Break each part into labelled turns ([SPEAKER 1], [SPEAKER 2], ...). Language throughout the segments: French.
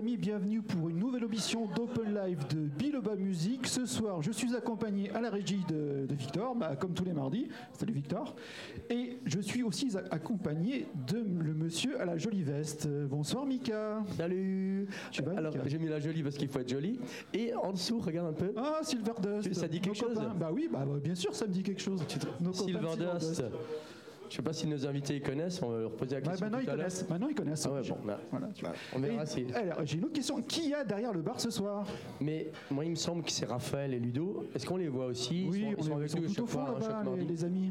[SPEAKER 1] amis, bienvenue pour une nouvelle émission d'Open Live de Biloba Music. Ce soir, je suis accompagné à la régie de, de Victor, bah, comme tous les mardis. Salut Victor. Et je suis aussi a- accompagné de m- le monsieur à la jolie veste. Euh, Bonsoir Mika.
[SPEAKER 2] Salut
[SPEAKER 1] Tu vas,
[SPEAKER 2] Alors,
[SPEAKER 1] Mika
[SPEAKER 2] j'ai mis la jolie parce qu'il faut être joli. Et en dessous, regarde un peu.
[SPEAKER 1] Ah, Silverdust.
[SPEAKER 2] Tu- ça dit
[SPEAKER 1] Nos
[SPEAKER 2] quelque chose
[SPEAKER 1] copains. Bah oui, bah, bah, bien sûr, ça me dit quelque chose. Nos copains de
[SPEAKER 2] Silverdust. Je sais pas si nos invités ils connaissent, on va leur poser la
[SPEAKER 1] Bah,
[SPEAKER 2] question.
[SPEAKER 1] maintenant,
[SPEAKER 2] tout
[SPEAKER 1] ils
[SPEAKER 2] à l'heure.
[SPEAKER 1] connaissent. Maintenant, ils connaissent.
[SPEAKER 2] Ah ouais, bon, bah,
[SPEAKER 1] Voilà, tu vois.
[SPEAKER 2] on verra
[SPEAKER 1] Et-
[SPEAKER 2] si.
[SPEAKER 1] Alors, j'ai une autre question. Qui y a derrière le bar ce soir
[SPEAKER 2] Mais moi, il me semble que c'est Raphaël et Ludo. Est-ce qu'on les voit aussi Ils sont, ils
[SPEAKER 1] on
[SPEAKER 2] sont
[SPEAKER 1] est-
[SPEAKER 2] avec
[SPEAKER 1] ils sont
[SPEAKER 2] nous
[SPEAKER 1] tout au fond
[SPEAKER 2] chaque fois, hein, chaque
[SPEAKER 1] là-bas, les,
[SPEAKER 2] mardi.
[SPEAKER 1] les amis.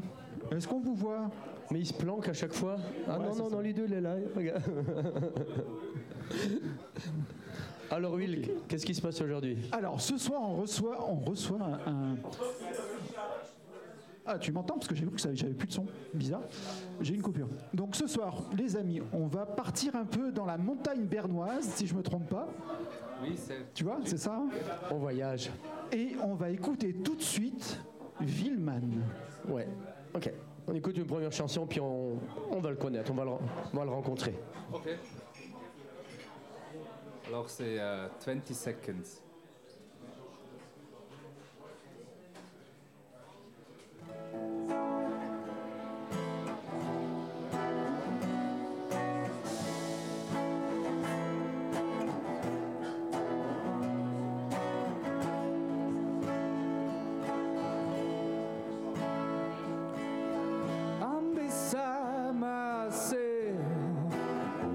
[SPEAKER 1] Est-ce qu'on vous voit
[SPEAKER 2] Mais ils se planquent à chaque fois. Ah
[SPEAKER 1] Ouais,
[SPEAKER 2] non,
[SPEAKER 1] c'est
[SPEAKER 2] non,
[SPEAKER 1] ça.
[SPEAKER 2] non, Ludo, il est là. Regarde. Alors, Will, qu'est-ce qui se passe aujourd'hui
[SPEAKER 1] Alors, ce soir, on reçoit, on reçoit un. un- Ah, tu m'entends Parce que j'ai vu que ça- j'avais plus de son. Bizarre. J'ai une coupure. Donc, ce soir, les amis, on va partir un peu dans la montagne bernoise, si je me trompe pas.
[SPEAKER 3] Oui, c'est
[SPEAKER 1] Tu vois, c'est ça hein
[SPEAKER 2] On voyage.
[SPEAKER 1] Et on va écouter tout de suite Villeman.
[SPEAKER 2] Ouais. Ok. On écoute une première chanson, puis on, on va le connaître, on va le, on va le rencontrer.
[SPEAKER 3] OK. Alors c'est euh, 20 seconds. I'm beside myself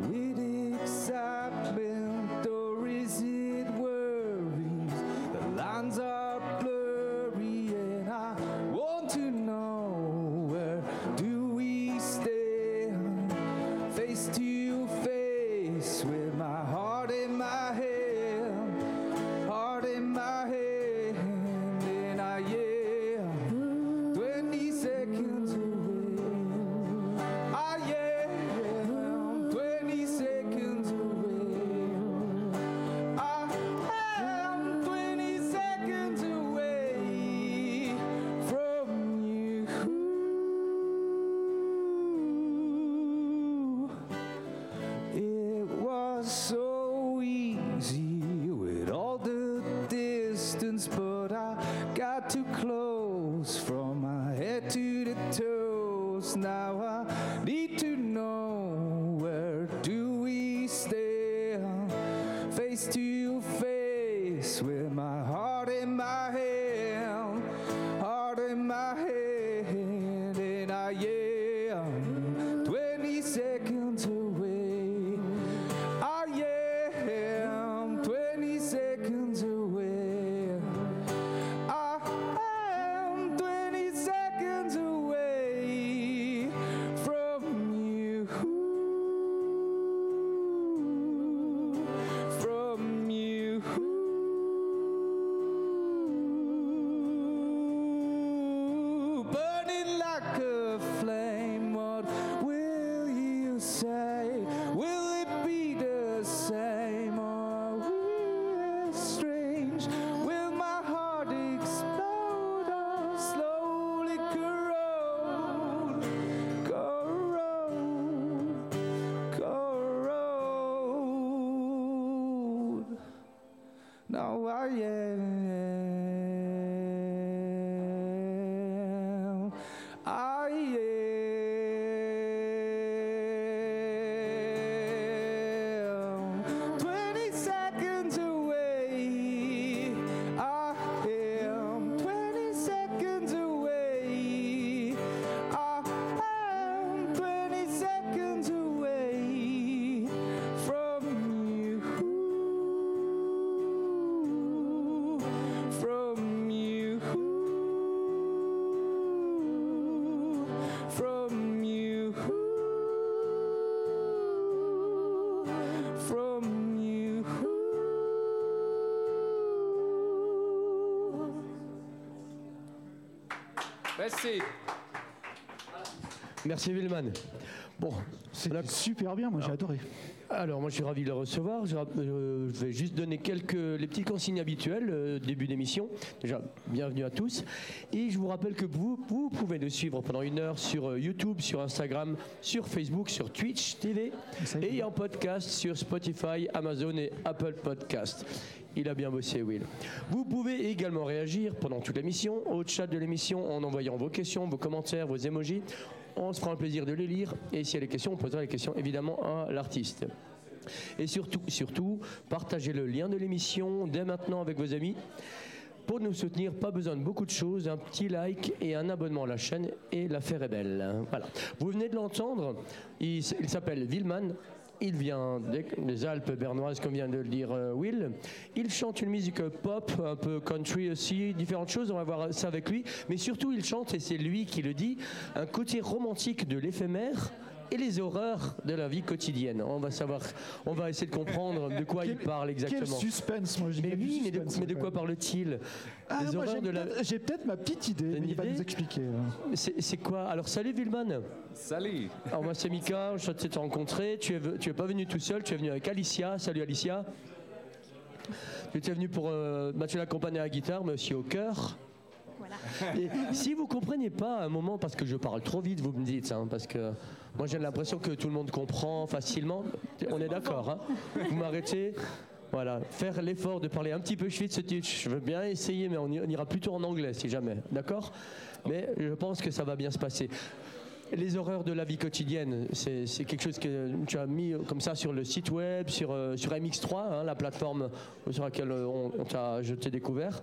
[SPEAKER 3] with excitement, or is it worries? The lines are blurry, and I want to know where do we stand, face to face, with my heart in my hand, heart in my hand, and I am 20 seconds away. I am 20 seconds away. I am 20 seconds away from you. It was so easy with all the distance, but I got too close from my head to the toes. Now I need to know where do we stand, face to face, with my heart in my hand, heart in my hand, and I am 20 seconds away. I am 20 seconds away. I am 20 seconds away from you. From you. Burning like a flame, what will you say? Will it be the same? Are we strange? Will my heart explode or slowly corrode? Corrode, corrode. Now I am. I am. 20 seconds away. I am 20 seconds away. I am 20 seconds away from you from you from you from you Merci.
[SPEAKER 2] Merci Villeman. Bon,
[SPEAKER 1] C'est
[SPEAKER 2] on a-
[SPEAKER 1] super bien, moi j'ai adoré.
[SPEAKER 2] Alors, moi, je suis ravi de le recevoir. Je, ra- euh, je vais juste donner quelques les petites consignes habituelles, euh, début d'émission. Déjà, bienvenue à tous. Et je vous rappelle que vous, vous pouvez nous suivre pendant une heure sur euh, YouTube, sur Instagram, sur Facebook, sur Twitch TV
[SPEAKER 1] Ça y est.
[SPEAKER 2] et en podcast sur Spotify, Amazon et Apple Podcast. Il a bien bossé, Will. Vous pouvez également réagir pendant toute l'émission, au chat de l'émission, en envoyant vos questions, vos commentaires, vos emojis. On se fera un plaisir de les lire et s'il y a des questions, on posera les questions évidemment à l'artiste. Et surtout, surtout, partagez le lien de l'émission dès maintenant avec vos amis. Pour nous soutenir, pas besoin de beaucoup de choses, un petit like et un abonnement à la chaîne et l'affaire est belle. Voilà. Vous venez de l'entendre, il, s- il s'appelle Willman. Il vient des, des Alpes bernoises, comme vient de le dire euh, Will. Il chante une musique pop, un peu country aussi, différentes choses. On va voir ça avec lui. Mais surtout, il chante, et c'est lui qui le dit, un côté romantique de l'éphémère et les horreurs de la vie quotidienne. On va savoir, on va essayer de comprendre de quoi il
[SPEAKER 1] Quel-
[SPEAKER 2] parle
[SPEAKER 1] Quel
[SPEAKER 2] exactement.
[SPEAKER 1] suspense, moi je dis
[SPEAKER 2] Mais
[SPEAKER 1] qu'il y a du
[SPEAKER 2] oui, mais de,
[SPEAKER 1] suspense,
[SPEAKER 2] mais de
[SPEAKER 1] quand
[SPEAKER 2] quoi
[SPEAKER 1] même.
[SPEAKER 2] parle-t-il
[SPEAKER 1] Ah,
[SPEAKER 2] Des
[SPEAKER 1] moi
[SPEAKER 2] horreurs
[SPEAKER 1] j'ai
[SPEAKER 2] de la-
[SPEAKER 1] peut-être j'ai peut-être ma petite idée,
[SPEAKER 2] T'as
[SPEAKER 1] mais
[SPEAKER 2] une
[SPEAKER 1] il va
[SPEAKER 2] idée
[SPEAKER 1] nous expliquer. hein. là.
[SPEAKER 2] C'est c'est quoi Alors, salut Vilman
[SPEAKER 3] Salut.
[SPEAKER 2] Alors, moi, c'est Mika, je suis de te rencontrer. Tu es, ve- tu es pas venu tout seul, tu es venu avec Alicia. Salut Alicia. Tu étais venu pour. euh, bah, tu l'accompagnais à la guitare, mais aussi au cœur.
[SPEAKER 4] Voilà.
[SPEAKER 2] Et si vous comprenez pas à un moment, parce que je parle trop vite, vous me dites, hein, parce que moi j'ai l'impression que tout le monde comprend facilement. On est d'accord, hein Vous m'arrêtez voilà, faire l'effort de parler un petit peu Schweizerdeutsch, je veux bien essayer, mais on, y- on ira plutôt en anglais si jamais, d'accord Mais je pense que ça va bien se passer. Les horreurs de la vie quotidienne, c'est c'est quelque chose que tu as mis euh, comme ça sur le site web, sur, euh, sur MX3, hein, la plateforme sur laquelle euh, on, on t'a je t'ai découvert.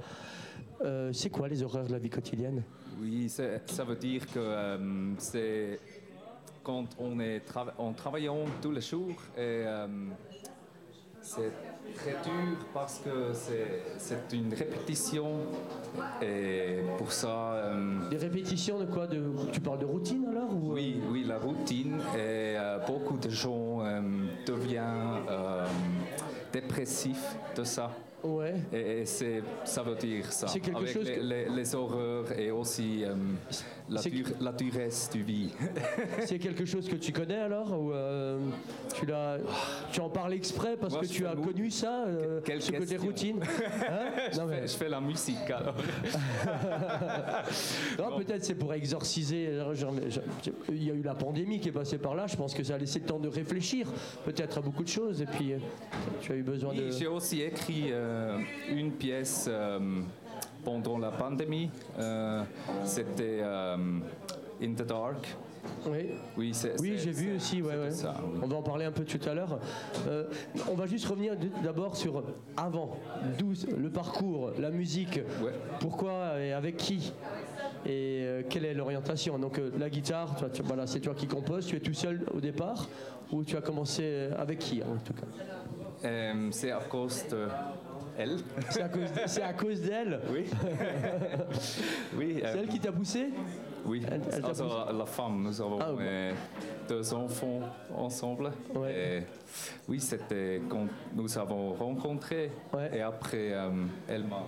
[SPEAKER 2] Euh, c'est quoi les horreurs de la vie quotidienne
[SPEAKER 3] Oui, c'est- ça veut dire que euh, c'est quand on est trava- en travaillant tous les jours et euh, c'est très dur parce que c'est c'est une répétition et pour ça. euh,
[SPEAKER 2] Des répétitions de quoi de, Tu parles de routine alors ou, euh,
[SPEAKER 3] Oui, oui, la routine et euh, beaucoup de gens euh, deviennent euh, dépressifs de ça.
[SPEAKER 2] Ouais.
[SPEAKER 3] Et, et c'est, ça veut dire ça.
[SPEAKER 2] C'est quelque
[SPEAKER 3] Avec
[SPEAKER 2] chose
[SPEAKER 3] les,
[SPEAKER 2] que-
[SPEAKER 3] les- les horreurs et aussi euh, la,
[SPEAKER 2] C'est-
[SPEAKER 3] dure- la duresse du vie.
[SPEAKER 2] C'est quelque chose que tu connais alors ou euh, tu l'as tu en parles exprès parce
[SPEAKER 3] Moi,
[SPEAKER 2] que
[SPEAKER 3] je
[SPEAKER 2] tu
[SPEAKER 3] fais
[SPEAKER 2] as
[SPEAKER 3] le-
[SPEAKER 2] connu ça euh,
[SPEAKER 3] Que- quelle
[SPEAKER 2] ce côté
[SPEAKER 3] question.
[SPEAKER 2] routine Hein Non, mais-
[SPEAKER 3] Je fais la musique alors.
[SPEAKER 2] non, peut-être c'est pour exorciser. euh, genre, genre, genre, Il y a eu la pandémie qui est passée par là. Je pense que ça a laissé le temps de réfléchir peut-être à beaucoup de choses. Et puis euh, tu as eu besoin de.
[SPEAKER 3] Oui, J'ai aussi écrit euh, une pièce euh, pendant la pandémie. Euh, c'était euh, In the Dark.
[SPEAKER 2] Oui.
[SPEAKER 3] Oui, c'est,
[SPEAKER 2] Oui,
[SPEAKER 3] c'est-
[SPEAKER 2] j'ai vu
[SPEAKER 3] c'est-
[SPEAKER 2] aussi, ouais,
[SPEAKER 3] c'était
[SPEAKER 2] ouais.
[SPEAKER 3] ça, oui.
[SPEAKER 2] On va en parler un peu tout à l'heure. Euh, on va juste revenir d- d'abord sur avant, d'où c- le parcours, la musique,
[SPEAKER 3] Ouais.
[SPEAKER 2] pourquoi et avec qui et euh, quelle est l'orientation. Donc euh, la guitare, toi, tu- voilà, c'est toi qui composes, tu es tout seul au départ ou tu as commencé euh, avec qui en tout cas
[SPEAKER 3] Euh, c'est à cause de elle.
[SPEAKER 2] C'est à cause, c'est à cause d'elle
[SPEAKER 3] Oui. oui. euh,
[SPEAKER 2] C'est elle qui t'a poussé
[SPEAKER 3] Oui.
[SPEAKER 2] Elle- elle t'a
[SPEAKER 3] Also,
[SPEAKER 2] poussé.
[SPEAKER 3] la femme, nous avons
[SPEAKER 2] Ah, ouais.
[SPEAKER 3] euh, deux enfants ensemble.
[SPEAKER 2] Ouais.
[SPEAKER 3] Et oui, c'était quand nous avons rencontré.
[SPEAKER 2] Ouais.
[SPEAKER 3] Et après, euh, elle m'a,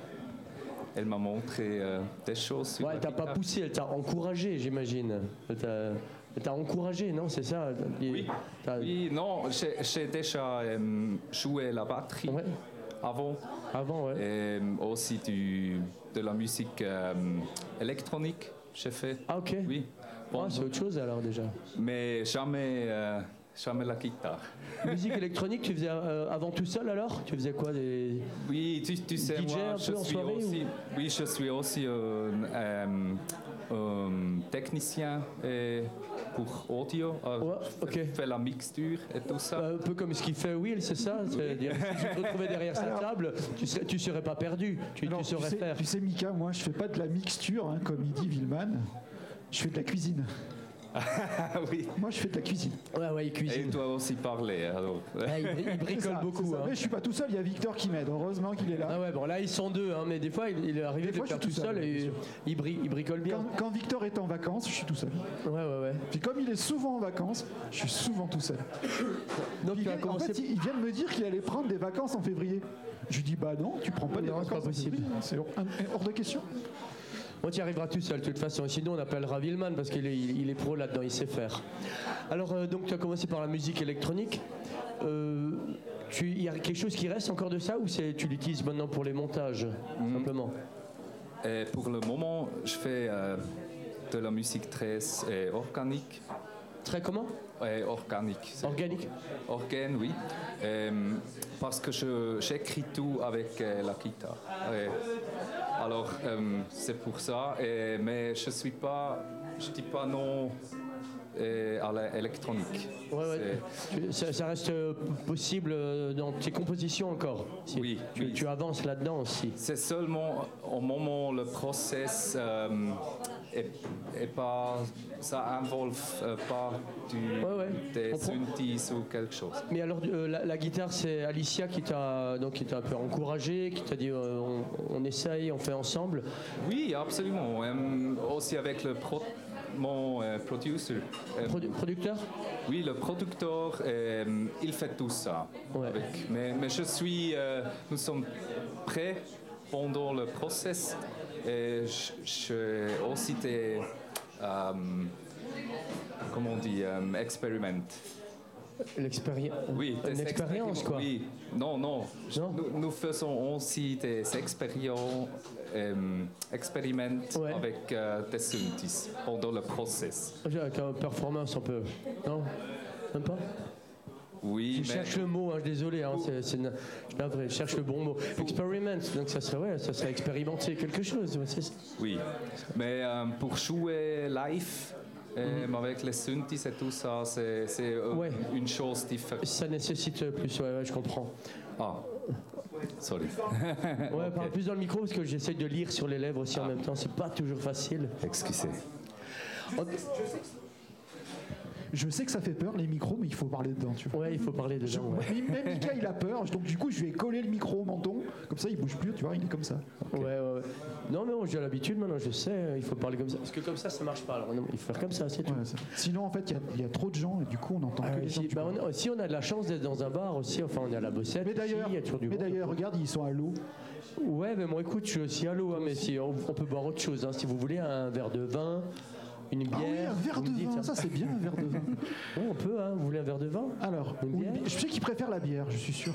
[SPEAKER 3] elle m'a montré euh, des choses. Sur
[SPEAKER 2] Ouais,
[SPEAKER 3] la
[SPEAKER 2] elle t'a pas
[SPEAKER 3] guitare.
[SPEAKER 2] poussé, elle t'a encouragé, j'imagine. Elle t'a- elle t'a encouragé, non C'est ça
[SPEAKER 3] Oui.
[SPEAKER 2] T'as-
[SPEAKER 3] Oui, non, j'ai, j'ai déjà euh, joué la batterie
[SPEAKER 2] Ouais.
[SPEAKER 3] avant
[SPEAKER 2] Avant, ouais.
[SPEAKER 3] et aussi du, de la musique euh, électronique. J'ai fait.
[SPEAKER 2] Ah ok.
[SPEAKER 3] Oui.
[SPEAKER 2] Ah, c'est autre chose alors déjà.
[SPEAKER 3] Mais jamais, euh, jamais la guitare.
[SPEAKER 2] Musique électronique, tu faisais euh, avant tout seul alors Tu faisais quoi des...
[SPEAKER 3] Oui, tu, tu sais,
[SPEAKER 2] DJ
[SPEAKER 3] moi,
[SPEAKER 2] un
[SPEAKER 3] je
[SPEAKER 2] peu en
[SPEAKER 3] suis
[SPEAKER 2] soirée
[SPEAKER 3] aussi, oui, je suis aussi euh, euh, euh, technicien et pour audio. euh,
[SPEAKER 2] Ouais, ok.
[SPEAKER 3] Je fais la mixture et tout ça.
[SPEAKER 2] Bah, un peu comme ce qu'il fait Will, c'est ça C'est-à-dire, si tu te retrouvais derrière sa
[SPEAKER 1] Alors-
[SPEAKER 2] table, tu serais, tu serais pas perdu, tu,
[SPEAKER 1] Alors,
[SPEAKER 2] tu saurais
[SPEAKER 1] sais,
[SPEAKER 2] faire.
[SPEAKER 1] tu sais, Mika, moi je fais pas de la mixture, hein, comme il dit Villeman. Je fais de la cuisine.
[SPEAKER 3] Ah oui.
[SPEAKER 1] Moi je fais de la cuisine.
[SPEAKER 2] Ouais, ouais, il
[SPEAKER 3] Et
[SPEAKER 2] cuisine.
[SPEAKER 3] toi aussi parler. Alors.
[SPEAKER 2] Ouais, il, il
[SPEAKER 1] C'est
[SPEAKER 2] bricole
[SPEAKER 1] ça, c'est
[SPEAKER 2] beaucoup.
[SPEAKER 1] ça.
[SPEAKER 2] hein.
[SPEAKER 1] Mais je suis pas tout seul, il y a Victor qui m'aide. Heureusement qu'il est là.
[SPEAKER 2] Ah ouais, bon là ils sont deux, hein, mais des fois il, il est arrivé
[SPEAKER 1] Des
[SPEAKER 2] de
[SPEAKER 1] fois,
[SPEAKER 2] le faire
[SPEAKER 1] je
[SPEAKER 2] tout
[SPEAKER 1] suis tout
[SPEAKER 2] seul
[SPEAKER 1] seul, bien
[SPEAKER 2] et
[SPEAKER 1] sûr.
[SPEAKER 2] il, bri- il bricole bien.
[SPEAKER 1] Quand, quand Victor est en vacances, je suis tout seul.
[SPEAKER 2] Ouais, ouais, ouais.
[SPEAKER 1] Puis comme il est souvent en vacances, je suis souvent tout seul. Puis
[SPEAKER 2] Donc
[SPEAKER 1] il
[SPEAKER 2] tu as
[SPEAKER 1] vient- en
[SPEAKER 2] commencé.
[SPEAKER 1] fait, il il vient de me dire qu'il allait prendre des vacances en février. Je lui dis bah non, tu prends pas des
[SPEAKER 2] Non, c'est
[SPEAKER 1] vacances.
[SPEAKER 2] pas
[SPEAKER 1] en février. hein. C'est hors- hors de question.
[SPEAKER 2] On t'y arrivera tout seul, de toute façon. Sinon, on appellera Villeman parce qu'il est, il est pro là-dedans, il sait faire. Alors, euh, donc, tu as commencé par la musique électronique. euh, tu- il y a quelque chose qui reste encore de ça ou c'est- tu l'utilises maintenant pour les montages
[SPEAKER 3] Mhm.
[SPEAKER 2] simplement
[SPEAKER 3] Et pour le moment, je fais euh, de la musique très euh, organique.
[SPEAKER 2] Très comment
[SPEAKER 3] Ouais, organique. c'est-
[SPEAKER 2] Organique
[SPEAKER 3] Organe, oui. Euh, parce que je- j'écris tout avec euh, la guitare. Ouais. Alors, euh, c'est pour ça. Et- mais je suis pas, je dis pas non euh, à l'électronique.
[SPEAKER 2] Ouais, ouais. Tu- Ça, ça reste euh, possible euh, dans tes compositions encore. Si
[SPEAKER 3] Oui,
[SPEAKER 2] tu,
[SPEAKER 3] oui.
[SPEAKER 2] tu avances là-dedans aussi.
[SPEAKER 3] C'est seulement au moment où le process euh, est, est pas, ça involve euh, pas du,
[SPEAKER 2] Ouais, ouais, je
[SPEAKER 3] des
[SPEAKER 2] comprends.
[SPEAKER 3] synthes ou quelque chose.
[SPEAKER 2] Mais alors, euh, la, la guitare, c'est Alicia qui t'a donc qui t'a un peu encouragé, qui t'a dit euh, on, on essaye, on fait ensemble.
[SPEAKER 3] Oui, absolument. Euh, aussi avec le pro- mon euh, producer. Euh,
[SPEAKER 2] Produ- producteur
[SPEAKER 3] oui, le producteur, euh, il fait tout ça.
[SPEAKER 2] Ouais.
[SPEAKER 3] Avec- mais, mais je suis, euh, nous sommes prêts pendant le process. Et je- j'ai aussi des, euh, comment on dit, euh, experiment.
[SPEAKER 2] L'expérience.
[SPEAKER 3] Oui,
[SPEAKER 2] Une
[SPEAKER 3] des
[SPEAKER 2] expérience
[SPEAKER 3] expériments-
[SPEAKER 2] quoi.
[SPEAKER 3] Oui, non, non.
[SPEAKER 2] Non
[SPEAKER 3] Nous, nous faisons aussi des expériences, expériments
[SPEAKER 2] Ouais.
[SPEAKER 3] avec euh, des synthés pendant le process.
[SPEAKER 2] Avec un performance un peu. Non Même pas
[SPEAKER 3] Oui,
[SPEAKER 2] Je
[SPEAKER 3] mais-
[SPEAKER 2] cherche le mot, hein, je- désolé, hein, c'est- c'est na- je suis navré, je cherche le bon mot. Experiment, donc ça serait, ouais, ça serait expérimenter quelque chose. ouais, c'est ça.
[SPEAKER 3] Oui, mais euh, pour jouer live euh, avec les synthes et tout ça, c'est c'est, euh,
[SPEAKER 2] Mhm. Ouais.
[SPEAKER 3] une chose différente.
[SPEAKER 2] Ça nécessite plus, ouais, ouais, je comprends.
[SPEAKER 3] Ah, sorry.
[SPEAKER 2] Ouais, parle plus dans le micro parce que j'essaye de lire sur les lèvres aussi
[SPEAKER 3] Ah.
[SPEAKER 2] en même temps, c'est pas toujours facile.
[SPEAKER 3] Excusez.
[SPEAKER 1] Je sais que ça fait peur, les micros, mais il faut parler dedans, tu vois.
[SPEAKER 2] Ouais, il faut parler
[SPEAKER 1] Je-
[SPEAKER 2] dedans. ouais.
[SPEAKER 1] mais Même Mika, il a peur, donc du coup, je lui ai collé le micro au menton, comme ça, il bouge plus, tu vois, il est comme ça.
[SPEAKER 2] Ouais, ouais, ouais. Non, mais bon, j'ai l'habitude maintenant, je sais, euh, il faut parler comme ça. Parce que comme ça, ça marche pas. Alors, non, il faut faire comme ça, c'est tout.
[SPEAKER 1] Voilà, ça. Sinon, en fait, il y a- il y, a trop de gens, et du coup, on entend
[SPEAKER 2] Ah
[SPEAKER 1] que
[SPEAKER 2] ouais,
[SPEAKER 1] les gens.
[SPEAKER 2] si,
[SPEAKER 1] tu
[SPEAKER 2] bah,
[SPEAKER 1] vois.
[SPEAKER 2] on, si on a de la chance d'être dans un bar aussi, enfin on est à la bossette,
[SPEAKER 1] Mais
[SPEAKER 2] ici,
[SPEAKER 1] d'ailleurs,
[SPEAKER 2] il y a toujours du
[SPEAKER 1] mais
[SPEAKER 2] monde.
[SPEAKER 1] d'ailleurs, regarde, ils sont à l'eau.
[SPEAKER 2] Ouais, mais moi écoute, je suis aussi à l'eau, hein, mais si, on, on peut boire autre chose. hein. si vous voulez un verre de vin, une bière.
[SPEAKER 1] Ah oui, un verre
[SPEAKER 2] vous me
[SPEAKER 1] de
[SPEAKER 2] dites,
[SPEAKER 1] vin,
[SPEAKER 2] hein.
[SPEAKER 1] ça c'est bien un verre de vin.
[SPEAKER 2] Ouais, on peut, hein. vous voulez un verre de vin
[SPEAKER 1] Alors,
[SPEAKER 2] Une
[SPEAKER 1] oui,
[SPEAKER 2] bière
[SPEAKER 1] je sais qu'il préfère la bière, je suis sûr.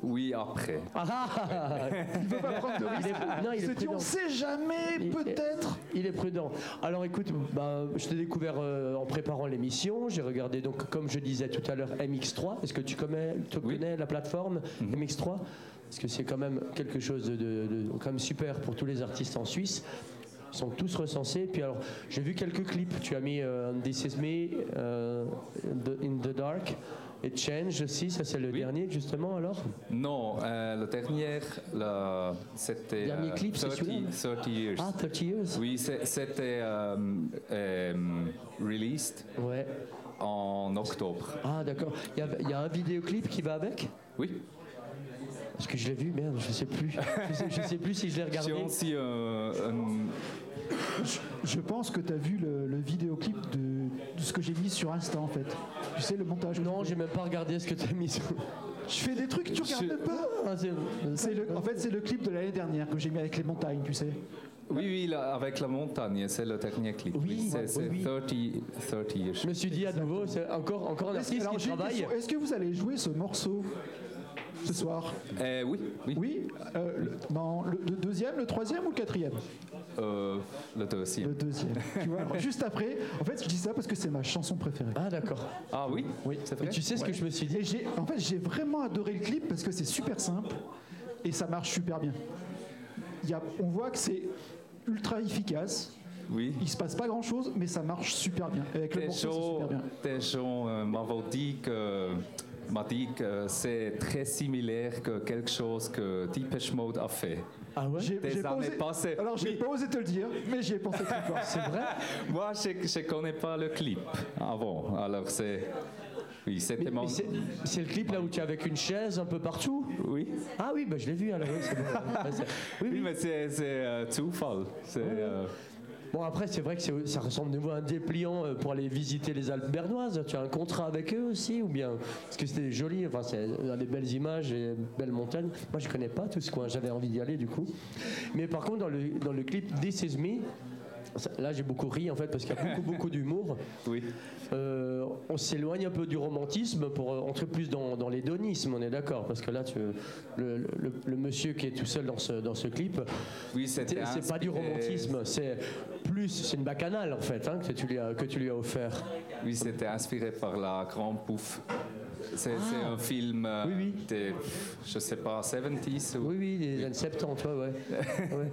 [SPEAKER 3] Oui, après.
[SPEAKER 2] Ah, ah, ah.
[SPEAKER 1] Il veut pas prendre de
[SPEAKER 2] Il
[SPEAKER 1] risque.
[SPEAKER 2] est- non, il
[SPEAKER 1] Il
[SPEAKER 2] est
[SPEAKER 1] se dit,
[SPEAKER 2] prudent.
[SPEAKER 1] on sait jamais,
[SPEAKER 2] Il-
[SPEAKER 1] peut-être.
[SPEAKER 2] Il est prudent. Alors écoute, bah, je t'ai découvert euh, en préparant l'émission. J'ai regardé, donc, comme je disais tout à l'heure, MX3. Est-ce que tu connais, tu
[SPEAKER 3] Oui. Mhm.
[SPEAKER 2] connais la plateforme MX3 Parce que c'est quand même quelque chose de, de- de- quand même super pour tous les artistes en Suisse. Ils sont tous recensés. Puis alors, j'ai vu quelques clips. Tu as mis euh, This Is Me, euh, The- In the Dark. Et Change aussi, ça c'est le
[SPEAKER 3] Oui.
[SPEAKER 2] dernier justement alors
[SPEAKER 3] Non, euh, le dernier, le- c'était.
[SPEAKER 2] Dernier clip, c'est
[SPEAKER 3] 30 30 Years.
[SPEAKER 2] Ah, 30 Years
[SPEAKER 3] Oui, c'est- c'était euh, euh, released
[SPEAKER 2] Ouais.
[SPEAKER 3] en octobre.
[SPEAKER 2] Ah d'accord. Il y a- il y a un vidéoclip qui va avec
[SPEAKER 3] Oui,
[SPEAKER 2] Parce que je l'ai vu, merde, je sais plus. Je sais, je sais plus si je l'ai regardé.
[SPEAKER 3] j'ai aussi euh, un-
[SPEAKER 1] Je pense que tu as vu le, le vidéoclip de, de ce que j'ai mis sur Insta en fait. Tu sais, le montage.
[SPEAKER 2] Non, j'ai même pas regardé ce que t'as mis. sur-
[SPEAKER 1] Je fais des trucs que tu regardes
[SPEAKER 3] Je-
[SPEAKER 1] pas.
[SPEAKER 2] Ah, c'est-
[SPEAKER 1] C'est le, en fait, c'est le clip de l'année dernière que j'ai mis avec les montagnes, tu sais.
[SPEAKER 3] Oui, oui, là, avec la montagne, c'est le dernier clip.
[SPEAKER 2] Oui,
[SPEAKER 3] c'est
[SPEAKER 2] oui,
[SPEAKER 3] c'est
[SPEAKER 2] oui.
[SPEAKER 3] 30, 30 years.
[SPEAKER 2] Je me suis dit à nouveau, c'est encore, encore un
[SPEAKER 1] Est-ce que-
[SPEAKER 2] artiste
[SPEAKER 1] alors,
[SPEAKER 2] qui
[SPEAKER 1] j'ai une
[SPEAKER 2] travaille.
[SPEAKER 1] question. Est-ce que vous allez jouer ce morceau ce soir
[SPEAKER 3] Eh oui, oui.
[SPEAKER 1] Oui euh, le- Non, le, le deuxième, le troisième ou le quatrième
[SPEAKER 3] Euh, le deuxième.
[SPEAKER 1] Le deuxième. Tu vois, alors, juste après, en fait, je dis ça parce que c'est ma chanson préférée.
[SPEAKER 2] Ah d'accord.
[SPEAKER 3] Ah oui, oui, c'est vrai.
[SPEAKER 2] Mais tu sais ce que je me suis dit
[SPEAKER 1] Et j'ai, en fait, j'ai vraiment adoré le clip parce que c'est super simple et ça marche super bien. Il y a- on voit que c'est ultra efficace.
[SPEAKER 3] Oui.
[SPEAKER 1] Il se passe pas grand chose, mais ça marche super bien. Avec le
[SPEAKER 3] Des
[SPEAKER 1] morceau, c'est
[SPEAKER 3] gens,
[SPEAKER 1] super bien.
[SPEAKER 3] des gens euh, m'avaient dit que, m'a dit que euh, c'est très similaire que quelque chose que Deepesh Mode a fait.
[SPEAKER 2] Ah ouais
[SPEAKER 1] J'ai,
[SPEAKER 3] Des
[SPEAKER 1] j'ai pas
[SPEAKER 3] années
[SPEAKER 1] osé-
[SPEAKER 3] passées.
[SPEAKER 1] Alors, j'ai
[SPEAKER 3] Oui.
[SPEAKER 1] pas osé te le dire, mais j'y ai pensé très fort.
[SPEAKER 2] C'est vrai
[SPEAKER 3] Moi, je ne connais pas le clip avant. Alors, c'est. Oui, c'était
[SPEAKER 2] Mais-
[SPEAKER 3] mon-
[SPEAKER 2] mais c'est, c'est le clip là où tu es avec une chaise un peu partout
[SPEAKER 3] Oui.
[SPEAKER 2] Ah oui, bah, je l'ai vu alors. oui, c'est bon. Ouais, c'est- oui,
[SPEAKER 3] Oui,
[SPEAKER 2] oui.
[SPEAKER 3] mais c'est c'est, euh, Zufall. C'est. euh,
[SPEAKER 2] Bon après c'est vrai que c'est- ça ressemble de nouveau à un dépliant euh, pour aller visiter les Alpes bernoises. Tu as un contrat avec eux aussi ou bien parce que c'était joli, enfin c'est euh, des belles images et belles montagnes. Moi je connais pas tout ce coin, j'avais envie d'y aller du coup. Mais par contre dans le, dans le clip This Is Me, Ça- Là, j'ai beaucoup ri en fait parce qu'il y a beaucoup, beaucoup d'humour.
[SPEAKER 3] Oui.
[SPEAKER 2] Euh, on s'éloigne un peu du romantisme pour euh, entrer plus dans, dans l'hédonisme, on est d'accord Parce que là, tu- le, le- le monsieur qui est tout seul dans ce, dans ce clip,
[SPEAKER 3] Oui, c'était
[SPEAKER 2] c'est c'est pas du
[SPEAKER 3] inspiré-
[SPEAKER 2] romantisme, c'est plus, c'est une bacchanale en fait hein, que, tu lui as, que tu lui as offert.
[SPEAKER 3] Oui, c'était inspiré par la Grande Pouffe. C'est c'est un film euh,
[SPEAKER 2] Ah. Oui, oui.
[SPEAKER 3] des, je sais pas, 70s ou
[SPEAKER 2] Oui, oui, des années 70, ouais, ouais. ouais.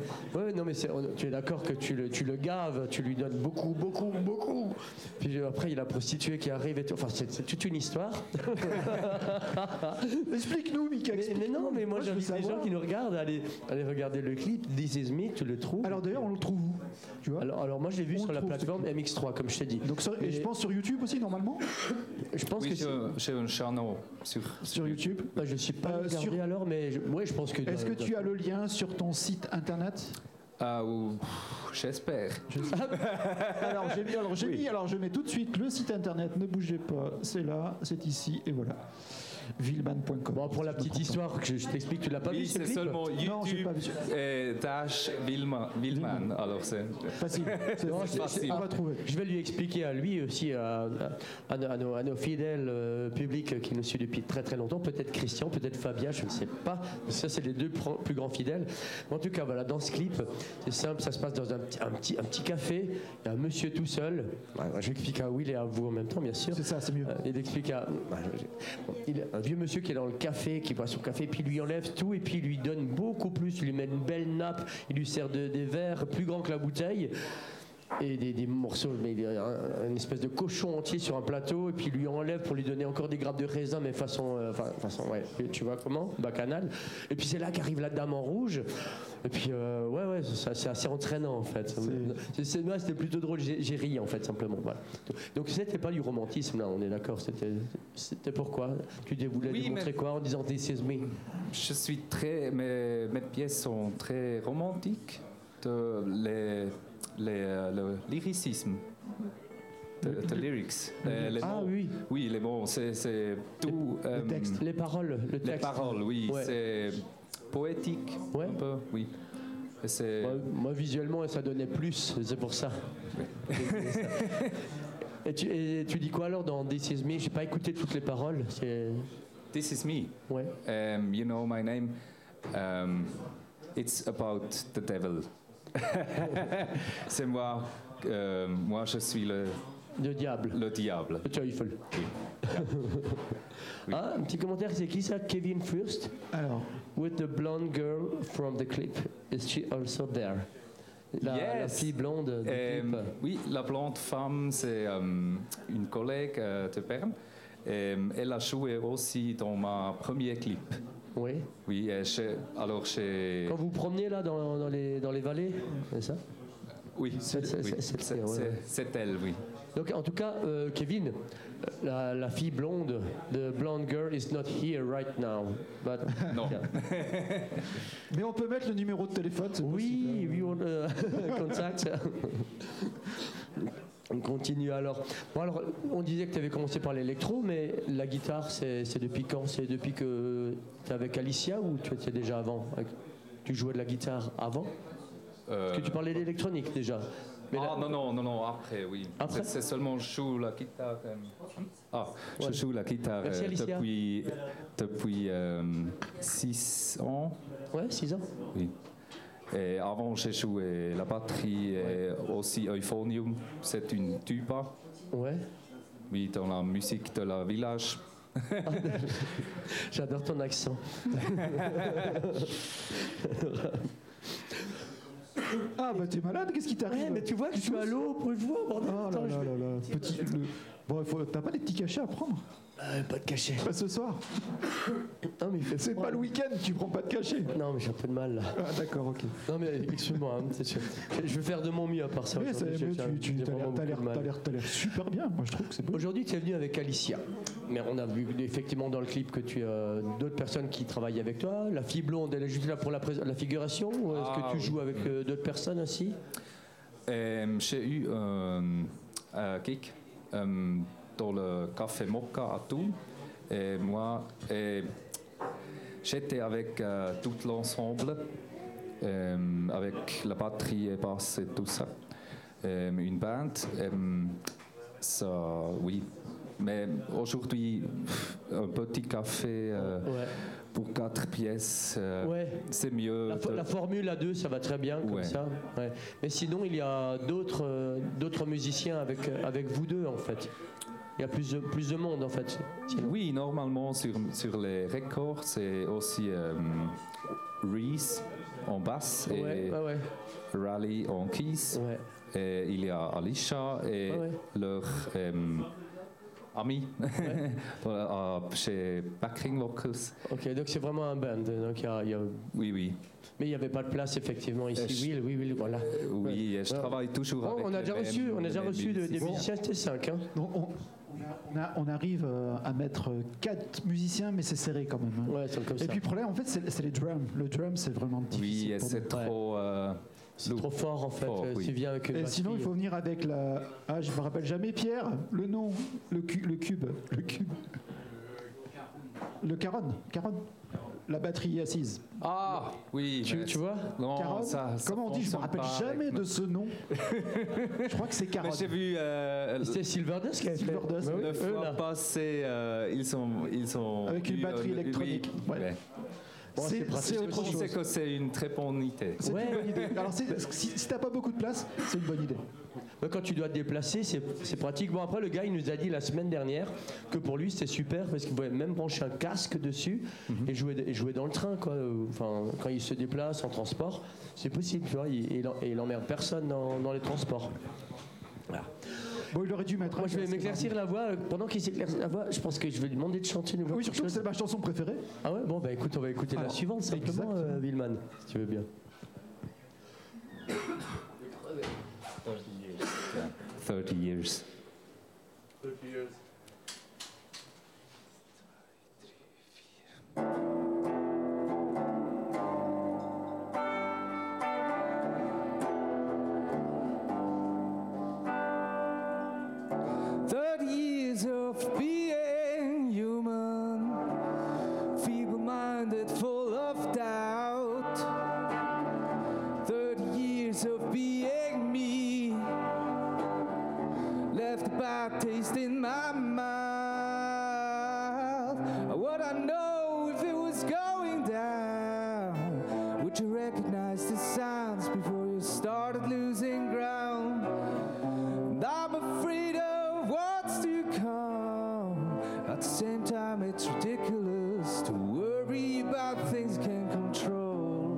[SPEAKER 2] Ouais, non, mais c'est- on- tu es d'accord que tu le, tu le gaves, tu lui donnes beaucoup, beaucoup, beaucoup. Puis euh, après, il y a la prostituée qui arrive et tout. Enfin, c'est c'est toute une histoire.
[SPEAKER 1] Explique-nous, Mika.
[SPEAKER 2] Mais, mais
[SPEAKER 1] explique-nous.
[SPEAKER 2] non, mais moi,
[SPEAKER 1] je veux
[SPEAKER 2] j'invite les
[SPEAKER 1] savoir.
[SPEAKER 2] gens qui nous regardent à aller, à aller regarder le clip This Is Me, tu le trouves.
[SPEAKER 1] Alors d'ailleurs, on le trouve où Tu vois
[SPEAKER 2] alors, alors, moi, je l'ai vu
[SPEAKER 1] On
[SPEAKER 2] sur la
[SPEAKER 1] trouve ce
[SPEAKER 2] plateforme MX3, comme je t'ai dit.
[SPEAKER 1] Donc, sur- et
[SPEAKER 2] Mais-
[SPEAKER 1] je pense sur YouTube aussi, normalement
[SPEAKER 2] Je pense
[SPEAKER 3] Oui,
[SPEAKER 2] que
[SPEAKER 3] j'ai
[SPEAKER 2] c'est-
[SPEAKER 3] un- j'ai un channel sur.
[SPEAKER 1] Sur YouTube.
[SPEAKER 2] bah, je suis pas
[SPEAKER 1] Euh,
[SPEAKER 2] regardé
[SPEAKER 1] sur-
[SPEAKER 2] alors, mais je, ouais, je pense que.
[SPEAKER 1] Est-ce que tu as le lien sur ton site internet
[SPEAKER 3] Ah, ou- j'espère.
[SPEAKER 1] Alors j'ai mis, alors j'ai mis, alors je mets tout de suite le site internet. Ne bougez pas, c'est là, c'est ici et voilà. Villeman.com.
[SPEAKER 2] Bon, pour la petite histoire, que je, je t'explique, tu l'as pas vu
[SPEAKER 3] Oui,
[SPEAKER 2] ce
[SPEAKER 3] c'est
[SPEAKER 2] clip
[SPEAKER 3] seulement
[SPEAKER 1] Non, j'ai
[SPEAKER 3] YouTube
[SPEAKER 1] pas vu.
[SPEAKER 3] et Dash Willman. Willman. Alors, c'est.
[SPEAKER 1] Facile. C'est
[SPEAKER 2] Non,
[SPEAKER 1] c'est-
[SPEAKER 3] facile.
[SPEAKER 1] On va trouver.
[SPEAKER 2] Je vais lui expliquer à lui aussi, à, à- à nos- à nos, à nos fidèles euh, publics qui nous suivent depuis très très longtemps, peut-être Christian, peut-être Fabien, je ne sais pas. Ça, c'est les deux pro- plus grands fidèles. En tout cas, voilà, dans ce clip, c'est simple, ça se passe dans un petit, un petit, un petit café, il y a un monsieur tout seul. Ouais, J'explique à Will et à vous en même temps, bien sûr.
[SPEAKER 1] C'est ça, c'est mieux.
[SPEAKER 2] Euh, il explique à. Ouais, je- bon, il- un vieux monsieur qui est dans le café, qui boit son café, puis il lui enlève tout et puis il lui donne beaucoup plus. Il lui met une belle nappe, il lui sert de- des verres plus grands que la bouteille et des, des morceaux, mais il y a un, une espèce de cochon entier sur un plateau et puis il lui enlève pour lui donner encore des grappes de raisin, mais façon. euh, enfin, façon ouais, tu vois comment Bacchanal. Et puis c'est là qu'arrive la dame en rouge. Et puis, euh, ouais, ouais, ça- c'est assez entraînant en fait. C'est- c'est- ouais, C'était plutôt drôle, j'ai j'ai ri en fait, simplement. voilà. Donc c'était pas du romantisme là, on est d'accord, c'était c'était pourquoi Tu dé- voulais
[SPEAKER 3] Oui,
[SPEAKER 2] démontrer
[SPEAKER 3] mais-
[SPEAKER 2] quoi en disant This is me
[SPEAKER 3] Je suis très. Mes, mes pièces sont très romantiques. De les, les, euh, le lyricisme. De, de lyrics. Euh, les
[SPEAKER 2] Ah
[SPEAKER 3] mots.
[SPEAKER 2] oui,
[SPEAKER 3] Oui, les mots, c'est- c'est tout. euh,
[SPEAKER 1] Le texte.
[SPEAKER 2] les paroles, le
[SPEAKER 3] Les
[SPEAKER 2] texte.
[SPEAKER 3] paroles, oui.
[SPEAKER 2] Ouais.
[SPEAKER 3] C'est poétique.
[SPEAKER 2] Ouais.
[SPEAKER 3] Un peu, oui. Et C'est.
[SPEAKER 2] Moi, moi, visuellement, ça donnait plus, c'est pour ça. et, tu, et tu dis quoi alors dans This Is Me J'ai pas écouté toutes les paroles. C'est...
[SPEAKER 3] This is me.
[SPEAKER 2] Ouais.
[SPEAKER 3] Um, you know my name. Um, it's about the devil. c'est moi. euh, moi, je suis le,
[SPEAKER 2] Le diable.
[SPEAKER 3] le diable.
[SPEAKER 2] Le teufel. Ah, un petit commentaire, c'est qui ça Kevin First
[SPEAKER 1] Alors,
[SPEAKER 2] with the blonde girl from the clip. Is she also there La, la
[SPEAKER 3] Yes.
[SPEAKER 2] fille blonde du
[SPEAKER 3] Euh,
[SPEAKER 2] clip.
[SPEAKER 3] oui, la blonde femme, c'est euh, une collègue euh, de Perm. elle a joué aussi dans ma premier clip. euh,
[SPEAKER 2] Oui.
[SPEAKER 3] Oui, et j'ai- alors j'ai.
[SPEAKER 2] Quand vous promenez là dans, dans les, dans les vallées, c'est ça
[SPEAKER 3] Oui,
[SPEAKER 2] C'est- c'est-
[SPEAKER 3] oui.
[SPEAKER 2] c'est- c'est-
[SPEAKER 3] C'est-
[SPEAKER 2] ouais, ouais.
[SPEAKER 3] c'est- c'est elle, oui.
[SPEAKER 2] Donc en tout cas, euh, Kevin, euh, la, la fille blonde, the blonde girl is not here right now. But
[SPEAKER 3] Non.
[SPEAKER 1] mais on peut mettre le numéro de téléphone. c'est possible,
[SPEAKER 2] oui,
[SPEAKER 1] hein.
[SPEAKER 2] oui, on euh, contact. On continue alors. Bon alors, on disait que tu avais commencé par l'électro, mais la guitare, c'est c'est depuis quand C'est depuis que tu es avec Alicia ou tu étais déjà avant avec- Tu jouais de la guitare avant
[SPEAKER 3] Euh,
[SPEAKER 2] Parce que tu parlais d'électronique déjà. Mais
[SPEAKER 3] ah
[SPEAKER 2] la-
[SPEAKER 3] non, non, non, non, après, oui.
[SPEAKER 2] Après
[SPEAKER 3] C'est- c'est seulement je joue la guitare. euh, Ah,
[SPEAKER 2] Ouais.
[SPEAKER 3] je joue la guitare
[SPEAKER 2] Merci,
[SPEAKER 3] euh,
[SPEAKER 2] Alicia.
[SPEAKER 3] depuis 6 ans.
[SPEAKER 2] Ouais, 6 ans.
[SPEAKER 3] Oui. Et avant, j'ai joué la batterie et aussi euphonium. C'est une tuba,
[SPEAKER 2] Ouais.
[SPEAKER 3] oui, dans la musique de la village.
[SPEAKER 2] J'adore ton accent.
[SPEAKER 1] Ah bah t'es malade, qu'est-ce qui t'arrive
[SPEAKER 2] tu vois que je suis à l'eau pour une fois.
[SPEAKER 1] Oh là là là là, petit. le- Bon, il faut- t'as pas des petits cachets à prendre
[SPEAKER 2] Ah, pas de cachet.
[SPEAKER 1] Pas ce soir.
[SPEAKER 2] Non, mais il fait
[SPEAKER 1] C'est
[SPEAKER 2] froid.
[SPEAKER 1] pas le week-end, tu prends pas de cachet.
[SPEAKER 2] Non, mais j'ai un peu de mal là.
[SPEAKER 1] Ah d'accord, ok.
[SPEAKER 2] Non, mais excuse-moi, hein, c'est sûr. je vais faire de mon mieux à part ça.
[SPEAKER 1] Mais ça,
[SPEAKER 2] aujourd'hui, j'ai-
[SPEAKER 1] mais
[SPEAKER 2] j'ai-
[SPEAKER 1] tu, tu
[SPEAKER 2] j'ai
[SPEAKER 1] t'as l'air-
[SPEAKER 2] vraiment
[SPEAKER 1] t'as l'air-
[SPEAKER 2] beaucoup de mal.
[SPEAKER 1] t'as l'air- t'as l'air super bien. Moi je trouve que c'est beau.
[SPEAKER 2] Aujourd'hui, tu es venu avec Alicia. Mais on a vu effectivement dans le clip que tu as d'autres personnes qui travaillent avec toi. La fille blonde, elle est juste là pour la, prés- la figuration ou est-ce que
[SPEAKER 3] Ah,
[SPEAKER 2] tu
[SPEAKER 3] oui.
[SPEAKER 2] joues avec euh, d'autres personnes aussi
[SPEAKER 3] Et j'ai eu un, un gig euh, dans le café Mocha à Tours. Et moi, et j'étais avec euh, tout l'ensemble, euh, avec la batterie et basse et tout ça. euh, une band, euh, ça, oui. Mais aujourd'hui, un petit café euh,
[SPEAKER 2] Ouais.
[SPEAKER 3] pour quatre pièces, euh,
[SPEAKER 2] Ouais.
[SPEAKER 3] c'est mieux.
[SPEAKER 2] La, fo-
[SPEAKER 3] de-
[SPEAKER 2] la Formule A2, ça va très bien comme
[SPEAKER 3] Ouais.
[SPEAKER 2] ça. ouais. Mais sinon, il y a d'autres euh, d'autres musiciens avec, euh, avec vous deux, en fait. Il y a plus de, plus de monde, en fait. Sinon-
[SPEAKER 3] Oui, normalement, sur, sur les records, c'est aussi euh, Reese en basse et
[SPEAKER 2] Ouais, ouais, ouais.
[SPEAKER 3] Raleigh en keys.
[SPEAKER 2] ouais.
[SPEAKER 3] Et il y a Alicia et
[SPEAKER 2] Ouais, ouais.
[SPEAKER 3] leur euh, ami Voilà, euh, chez Backing Vocals.
[SPEAKER 2] Ok, donc c'est vraiment un band. Donc, il y a- il y a-
[SPEAKER 3] Oui, oui.
[SPEAKER 2] Mais il n'y avait pas de place, effectivement,
[SPEAKER 3] Euh, je-
[SPEAKER 2] ici. Oui, oui, oui, voilà.
[SPEAKER 3] Euh, Oui, et je
[SPEAKER 2] Ouais.
[SPEAKER 3] travaille toujours
[SPEAKER 2] Oh,
[SPEAKER 3] avec
[SPEAKER 2] on a
[SPEAKER 3] les
[SPEAKER 2] déjà
[SPEAKER 3] mêmes-
[SPEAKER 2] reçu, on a
[SPEAKER 3] les
[SPEAKER 2] déjà
[SPEAKER 3] mêmes
[SPEAKER 2] reçu de- des
[SPEAKER 3] musiciens.
[SPEAKER 2] musiciens, c'était 5. Hein.
[SPEAKER 1] Donc, on, on a- on arrive euh, à mettre quatre musiciens, mais c'est serré quand même. hein.
[SPEAKER 2] Ouais, c'est comme ça.
[SPEAKER 1] Et puis le problème, en fait, c'est c'est les drums. Le drum, c'est vraiment difficile.
[SPEAKER 3] Oui, et
[SPEAKER 1] pour
[SPEAKER 3] c'est
[SPEAKER 2] nous. Ouais.
[SPEAKER 3] trop. euh,
[SPEAKER 2] c'est trop fort, en fait.
[SPEAKER 3] Fort,
[SPEAKER 2] euh,
[SPEAKER 3] oui.
[SPEAKER 2] Tu viens avec une
[SPEAKER 1] nous. Et
[SPEAKER 2] batterie.
[SPEAKER 1] sinon, il faut venir avec la. Ah, je me rappelle jamais, Pierre. Le nom, le, cu- le cube, le cube. Le caron, caron. La batterie assise.
[SPEAKER 3] Ah, oui.
[SPEAKER 2] Tu,
[SPEAKER 3] mais-
[SPEAKER 2] tu vois
[SPEAKER 3] Non,
[SPEAKER 1] Caron.
[SPEAKER 3] ça, ça
[SPEAKER 1] Comment on dit Je me
[SPEAKER 3] fonctionne
[SPEAKER 1] rappelle
[SPEAKER 3] pas avec
[SPEAKER 1] jamais
[SPEAKER 3] ma-
[SPEAKER 1] de ce nom. je crois que c'est caron.
[SPEAKER 3] Mais j'ai vu euh,
[SPEAKER 2] C'était Silverdust qui avait fait.
[SPEAKER 1] Silverdust,
[SPEAKER 2] Bah oui,
[SPEAKER 3] le
[SPEAKER 2] eux,
[SPEAKER 3] fois
[SPEAKER 2] là.
[SPEAKER 3] passé, euh, ils sont, ils sont
[SPEAKER 1] Avec une
[SPEAKER 3] eu,
[SPEAKER 1] batterie
[SPEAKER 3] euh, oui,
[SPEAKER 1] électronique, ouais.
[SPEAKER 3] mais
[SPEAKER 2] Bon, c'est
[SPEAKER 1] C'est
[SPEAKER 2] pratique
[SPEAKER 1] c'est autre
[SPEAKER 3] Je
[SPEAKER 1] chose.
[SPEAKER 3] sais que c'est une très bonne idée.
[SPEAKER 1] C'est
[SPEAKER 2] Ouais.
[SPEAKER 1] une bonne idée. Alors, c'est- si, si t'as pas beaucoup de place, c'est une bonne idée.
[SPEAKER 2] Mais Quand tu dois te déplacer, c'est c'est pratique. Bon, après, le gars, il nous a dit la semaine dernière que pour lui, c'était super parce qu'il pouvait même brancher un casque dessus
[SPEAKER 1] Mhm.
[SPEAKER 2] et, jouer, et jouer dans le train, quoi. Enfin, quand il se déplace en transport, c'est possible, tu vois. il- Et il, en- et il emmerde personne dans, dans les transports.
[SPEAKER 1] Bon, il aurait dû mettre.
[SPEAKER 2] Moi,
[SPEAKER 1] un
[SPEAKER 2] je vais
[SPEAKER 1] casque,
[SPEAKER 2] m'éclaircir la voix. Euh, Pendant qu'il s'éclaircit la voix, je pense que je vais lui demander de chanter une
[SPEAKER 1] Martin. hein.
[SPEAKER 2] voix.
[SPEAKER 1] Oui, surtout que c'est ma chanson préférée.
[SPEAKER 2] Ah ouais, bon, bah écoute, on va écouter la
[SPEAKER 1] Alors,
[SPEAKER 2] suivante simplement,
[SPEAKER 1] exactement.
[SPEAKER 2] euh, Willman, si tu veux bien.
[SPEAKER 3] Yeah. 30 years. Thirty years of being human, feeble minded, full of doubt. Thirty years of being me, left a bad taste in my mouth. Would I know if it was going down? Would you recognize the sounds before you started losing ground? And I'm afraid of what's to come. At the same time, it's ridiculous to worry about things you can't control.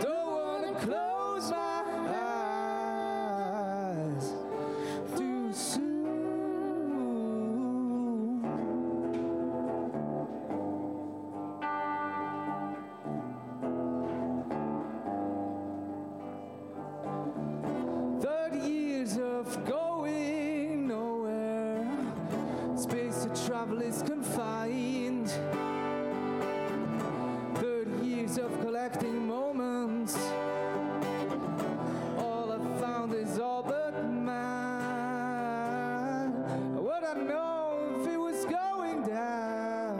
[SPEAKER 3] Don't wanna close my eyes too soon. Thirty years of going nowhere. Space to travel is confined. Thirty years of collecting moments. All I found is all but mine. Would I know if it was going down?